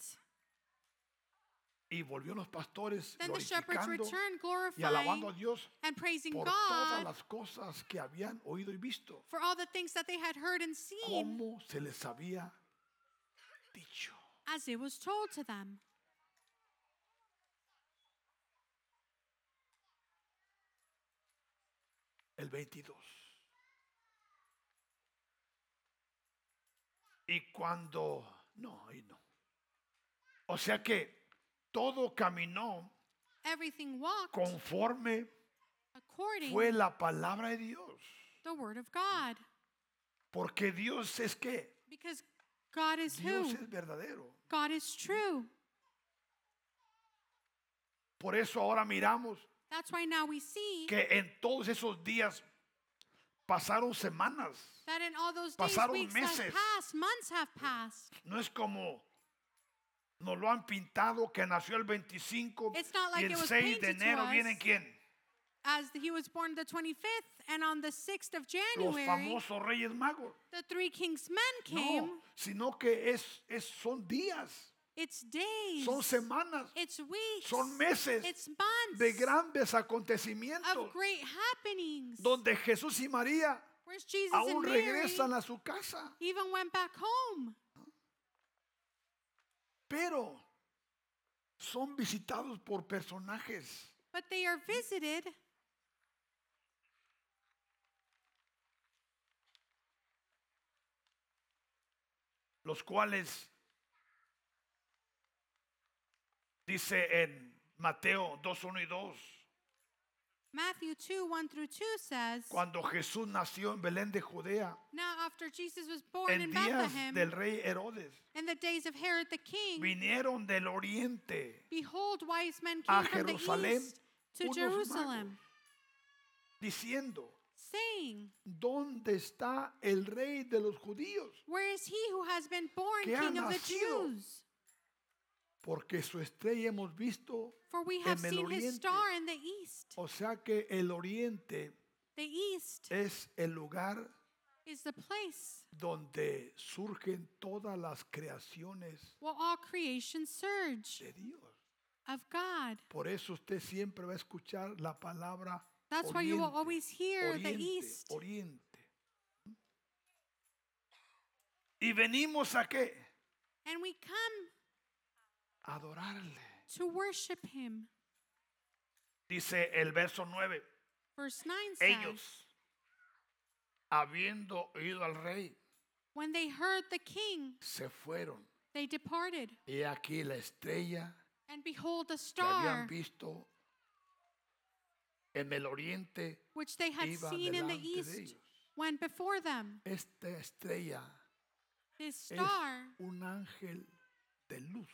[SPEAKER 1] Y volvió los pastores
[SPEAKER 2] Then the shepherds
[SPEAKER 1] glorificando
[SPEAKER 2] returned,
[SPEAKER 1] y alabando a
[SPEAKER 2] glorifying
[SPEAKER 1] Dios
[SPEAKER 2] and praising
[SPEAKER 1] por todas
[SPEAKER 2] God
[SPEAKER 1] las cosas que habían oído y visto,
[SPEAKER 2] for all the things that they had heard and seen
[SPEAKER 1] como se les había dicho.
[SPEAKER 2] as it was told to them.
[SPEAKER 1] El 22. Y cuando... No, ahí no. O sea que todo caminó
[SPEAKER 2] Everything walked
[SPEAKER 1] conforme
[SPEAKER 2] according
[SPEAKER 1] fue la palabra de Dios.
[SPEAKER 2] the word of God.
[SPEAKER 1] Porque Dios es que
[SPEAKER 2] Because God is
[SPEAKER 1] Dios
[SPEAKER 2] who?
[SPEAKER 1] es verdadero.
[SPEAKER 2] God is true.
[SPEAKER 1] Por eso ahora miramos
[SPEAKER 2] That's why now we see
[SPEAKER 1] que en todos esos días pasaron semanas.
[SPEAKER 2] that in all those days,
[SPEAKER 1] Pasaron
[SPEAKER 2] weeks
[SPEAKER 1] meses.
[SPEAKER 2] have passed, months have passed.
[SPEAKER 1] No es como nos lo han pintado que nació el 25
[SPEAKER 2] It's not
[SPEAKER 1] y
[SPEAKER 2] like
[SPEAKER 1] el
[SPEAKER 2] it was
[SPEAKER 1] 6 de
[SPEAKER 2] painted to
[SPEAKER 1] enero
[SPEAKER 2] us.
[SPEAKER 1] vienen quién?
[SPEAKER 2] As he was born the 25th, and on the 6th of
[SPEAKER 1] Los
[SPEAKER 2] January,
[SPEAKER 1] famosos Reyes Magos.
[SPEAKER 2] the three kings' men came.
[SPEAKER 1] No, sino que es, es son días,
[SPEAKER 2] It's days.
[SPEAKER 1] son semanas,
[SPEAKER 2] It's weeks.
[SPEAKER 1] son meses
[SPEAKER 2] It's months
[SPEAKER 1] de grandes
[SPEAKER 2] of
[SPEAKER 1] acontecimientos
[SPEAKER 2] great happenings.
[SPEAKER 1] donde Jesús y María
[SPEAKER 2] Where's Jesus and
[SPEAKER 1] aún
[SPEAKER 2] Mary
[SPEAKER 1] regresan a su casa.
[SPEAKER 2] even went back home.
[SPEAKER 1] pero son visitados por personajes.
[SPEAKER 2] But they are visited.
[SPEAKER 1] los cuales dice en Mateo 2.1 y 2,
[SPEAKER 2] Matthew 2 1 through 2 says,
[SPEAKER 1] cuando Jesús nació en Belén de Judea,
[SPEAKER 2] Now after Jesus was born
[SPEAKER 1] en
[SPEAKER 2] in
[SPEAKER 1] días
[SPEAKER 2] Bethlehem,
[SPEAKER 1] del rey Herodes,
[SPEAKER 2] in the days of Herod the king,
[SPEAKER 1] vinieron del oriente
[SPEAKER 2] behold, wise men
[SPEAKER 1] a
[SPEAKER 2] came from the
[SPEAKER 1] Jerusalén
[SPEAKER 2] east to
[SPEAKER 1] unos
[SPEAKER 2] Jerusalem,
[SPEAKER 1] magos, diciendo,
[SPEAKER 2] saying,
[SPEAKER 1] ¿dónde está el rey de los judíos?
[SPEAKER 2] Where is he who has been born
[SPEAKER 1] Que ha
[SPEAKER 2] king of the
[SPEAKER 1] nacido?
[SPEAKER 2] Jews?
[SPEAKER 1] Porque su estrella hemos visto,
[SPEAKER 2] For we have
[SPEAKER 1] en el
[SPEAKER 2] seen his
[SPEAKER 1] oriente.
[SPEAKER 2] star in the east.
[SPEAKER 1] o sea que el oriente
[SPEAKER 2] The east
[SPEAKER 1] es el lugar
[SPEAKER 2] is the place
[SPEAKER 1] donde surgen todas las creaciones
[SPEAKER 2] where all creation surge
[SPEAKER 1] de Dios.
[SPEAKER 2] of God.
[SPEAKER 1] Por eso usted siempre va a escuchar la palabra
[SPEAKER 2] That's why you will always hear the
[SPEAKER 1] oriente,
[SPEAKER 2] east.
[SPEAKER 1] oriente. Y venimos a qué?
[SPEAKER 2] And we come
[SPEAKER 1] A adorarle.
[SPEAKER 2] to worship him.
[SPEAKER 1] Dice el verso 9.
[SPEAKER 2] Verse 9 says,
[SPEAKER 1] Ellos, habiendo oído al rey,
[SPEAKER 2] When they heard the king,
[SPEAKER 1] se fueron.
[SPEAKER 2] they departed.
[SPEAKER 1] Y aquí la estrella
[SPEAKER 2] And behold, a
[SPEAKER 1] que habían
[SPEAKER 2] star
[SPEAKER 1] visto en el oriente
[SPEAKER 2] which they had
[SPEAKER 1] iba
[SPEAKER 2] seen in the
[SPEAKER 1] delante de
[SPEAKER 2] east
[SPEAKER 1] ellos.
[SPEAKER 2] went before them.
[SPEAKER 1] Esta estrella
[SPEAKER 2] This
[SPEAKER 1] es
[SPEAKER 2] star
[SPEAKER 1] un ángel de luz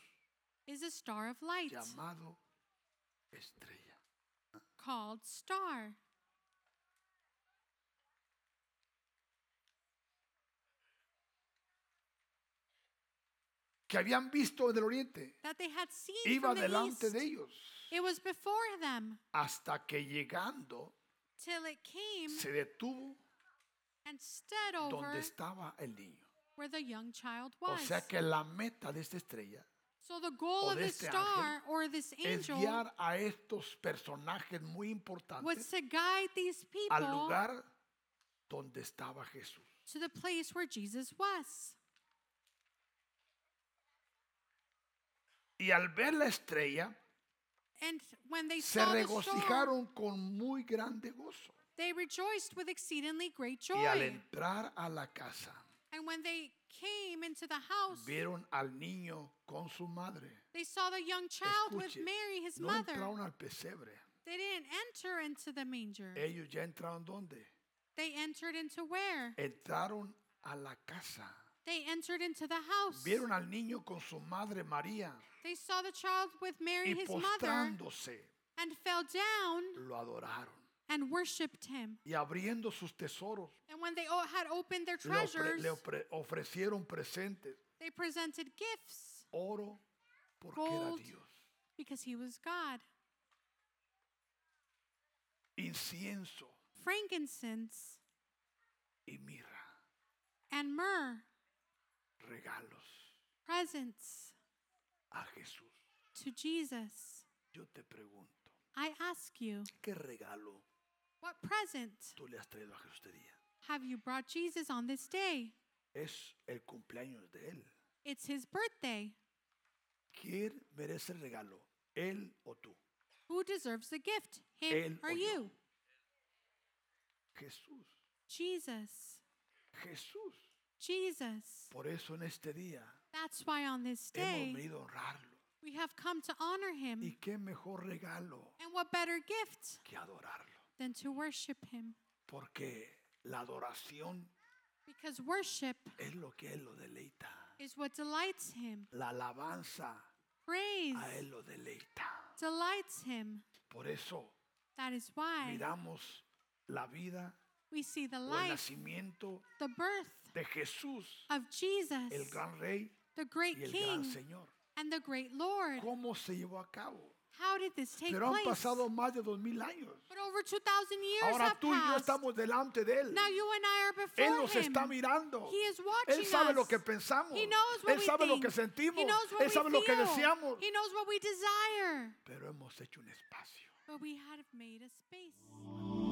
[SPEAKER 2] is a star of light
[SPEAKER 1] llamado estrella.
[SPEAKER 2] called star.
[SPEAKER 1] Que habían visto en el oriente.
[SPEAKER 2] that they had seen
[SPEAKER 1] Iba
[SPEAKER 2] from the
[SPEAKER 1] delante
[SPEAKER 2] east.
[SPEAKER 1] de ellos.
[SPEAKER 2] It was before them
[SPEAKER 1] Hasta que llegando
[SPEAKER 2] till it came
[SPEAKER 1] se detuvo
[SPEAKER 2] and stood
[SPEAKER 1] donde
[SPEAKER 2] over
[SPEAKER 1] estaba el niño.
[SPEAKER 2] where the young child
[SPEAKER 1] O
[SPEAKER 2] was.
[SPEAKER 1] sea que la meta de esta estrella
[SPEAKER 2] so the
[SPEAKER 1] o
[SPEAKER 2] goal of
[SPEAKER 1] de
[SPEAKER 2] this
[SPEAKER 1] este ángel
[SPEAKER 2] star or this
[SPEAKER 1] es
[SPEAKER 2] angel
[SPEAKER 1] guiar a estos personajes muy
[SPEAKER 2] was
[SPEAKER 1] importantes
[SPEAKER 2] to guide these
[SPEAKER 1] al
[SPEAKER 2] people
[SPEAKER 1] lugar donde estaba Jesús.
[SPEAKER 2] to the place where Jesus was.
[SPEAKER 1] Y al ver la estrella,
[SPEAKER 2] And when they
[SPEAKER 1] se
[SPEAKER 2] saw the star,
[SPEAKER 1] regocijaron con muy grande gozo.
[SPEAKER 2] they rejoiced with exceedingly great joy.
[SPEAKER 1] Y al entrar a la casa,
[SPEAKER 2] And when they came into the house,
[SPEAKER 1] vieron al niño con su madre.
[SPEAKER 2] they saw the young child with
[SPEAKER 1] Escuche,
[SPEAKER 2] Mary, his
[SPEAKER 1] no
[SPEAKER 2] mother.
[SPEAKER 1] entraron al pesebre.
[SPEAKER 2] They didn't enter into the manger.
[SPEAKER 1] Ellos ya entraron ¿dónde?
[SPEAKER 2] They entered into where?
[SPEAKER 1] Entraron a la casa.
[SPEAKER 2] They entered into the house.
[SPEAKER 1] Vieron al niño con su madre María
[SPEAKER 2] They saw the child with Mary,
[SPEAKER 1] y
[SPEAKER 2] his mother,
[SPEAKER 1] postrándose
[SPEAKER 2] and fell down
[SPEAKER 1] lo adoraron
[SPEAKER 2] and worshipped him.
[SPEAKER 1] y abriendo sus tesoros
[SPEAKER 2] And when they o- had opened their
[SPEAKER 1] le, ofre-
[SPEAKER 2] treasures,
[SPEAKER 1] le ofre- ofrecieron presentes,
[SPEAKER 2] they presented gifts
[SPEAKER 1] oro porque era
[SPEAKER 2] Gold.
[SPEAKER 1] Dios,
[SPEAKER 2] because he was God.
[SPEAKER 1] incienso
[SPEAKER 2] Frankincense
[SPEAKER 1] y mirra,
[SPEAKER 2] and myrrh,
[SPEAKER 1] regalos
[SPEAKER 2] presents
[SPEAKER 1] a Jesús.
[SPEAKER 2] to Jesus.
[SPEAKER 1] Yo te pregunto,
[SPEAKER 2] I ask you,
[SPEAKER 1] ¿qué regalo
[SPEAKER 2] what present
[SPEAKER 1] tú le has traído a Jesús este día?
[SPEAKER 2] have you brought Jesus on this day?
[SPEAKER 1] Es el cumpleaños de él.
[SPEAKER 2] It's his birthday.
[SPEAKER 1] ¿Quién merece el regalo? Él o tú?
[SPEAKER 2] Who deserves the gift?
[SPEAKER 1] Él
[SPEAKER 2] Him or
[SPEAKER 1] o yo.
[SPEAKER 2] you?
[SPEAKER 1] Jesús,
[SPEAKER 2] Jesus.
[SPEAKER 1] Jesús.
[SPEAKER 2] Jesus.
[SPEAKER 1] Por eso en este día
[SPEAKER 2] That's why on this
[SPEAKER 1] hemos
[SPEAKER 2] day
[SPEAKER 1] venido a honrarlo.
[SPEAKER 2] we have come to honor him.
[SPEAKER 1] ¿Y qué mejor regalo
[SPEAKER 2] And what better gift
[SPEAKER 1] que adorarlo?
[SPEAKER 2] than to worship him?
[SPEAKER 1] Porque la adoración
[SPEAKER 2] Because worship
[SPEAKER 1] es lo que a Él lo deleita.
[SPEAKER 2] is what delights him.
[SPEAKER 1] La alabanza
[SPEAKER 2] Praise
[SPEAKER 1] a Él lo deleita.
[SPEAKER 2] delights him.
[SPEAKER 1] Por eso
[SPEAKER 2] That is why
[SPEAKER 1] miramos la vida
[SPEAKER 2] we see the
[SPEAKER 1] o el
[SPEAKER 2] life,
[SPEAKER 1] nacimiento
[SPEAKER 2] the birth
[SPEAKER 1] de Jesús,
[SPEAKER 2] of
[SPEAKER 1] el
[SPEAKER 2] Jesus,
[SPEAKER 1] gran rey
[SPEAKER 2] the
[SPEAKER 1] y
[SPEAKER 2] great
[SPEAKER 1] el gran
[SPEAKER 2] King,
[SPEAKER 1] Señor.
[SPEAKER 2] and the great Lord.
[SPEAKER 1] ¿Cómo se llevó a cabo?
[SPEAKER 2] How did this take
[SPEAKER 1] Pero han
[SPEAKER 2] place?
[SPEAKER 1] pasado más de dos mil años.
[SPEAKER 2] But over 2,000 years
[SPEAKER 1] Ahora
[SPEAKER 2] have
[SPEAKER 1] tú y yo
[SPEAKER 2] passed.
[SPEAKER 1] estamos delante de Él.
[SPEAKER 2] Now you and I are before
[SPEAKER 1] Él nos
[SPEAKER 2] him.
[SPEAKER 1] está mirando.
[SPEAKER 2] He is watching
[SPEAKER 1] Él sabe lo
[SPEAKER 2] us.
[SPEAKER 1] que pensamos.
[SPEAKER 2] He knows what
[SPEAKER 1] Él
[SPEAKER 2] we
[SPEAKER 1] sabe lo
[SPEAKER 2] think.
[SPEAKER 1] que sentimos.
[SPEAKER 2] He knows what
[SPEAKER 1] Él
[SPEAKER 2] we
[SPEAKER 1] sabe lo que
[SPEAKER 2] feel.
[SPEAKER 1] deseamos.
[SPEAKER 2] He knows what we desire.
[SPEAKER 1] Pero hemos hecho un espacio.
[SPEAKER 2] But we have made a space.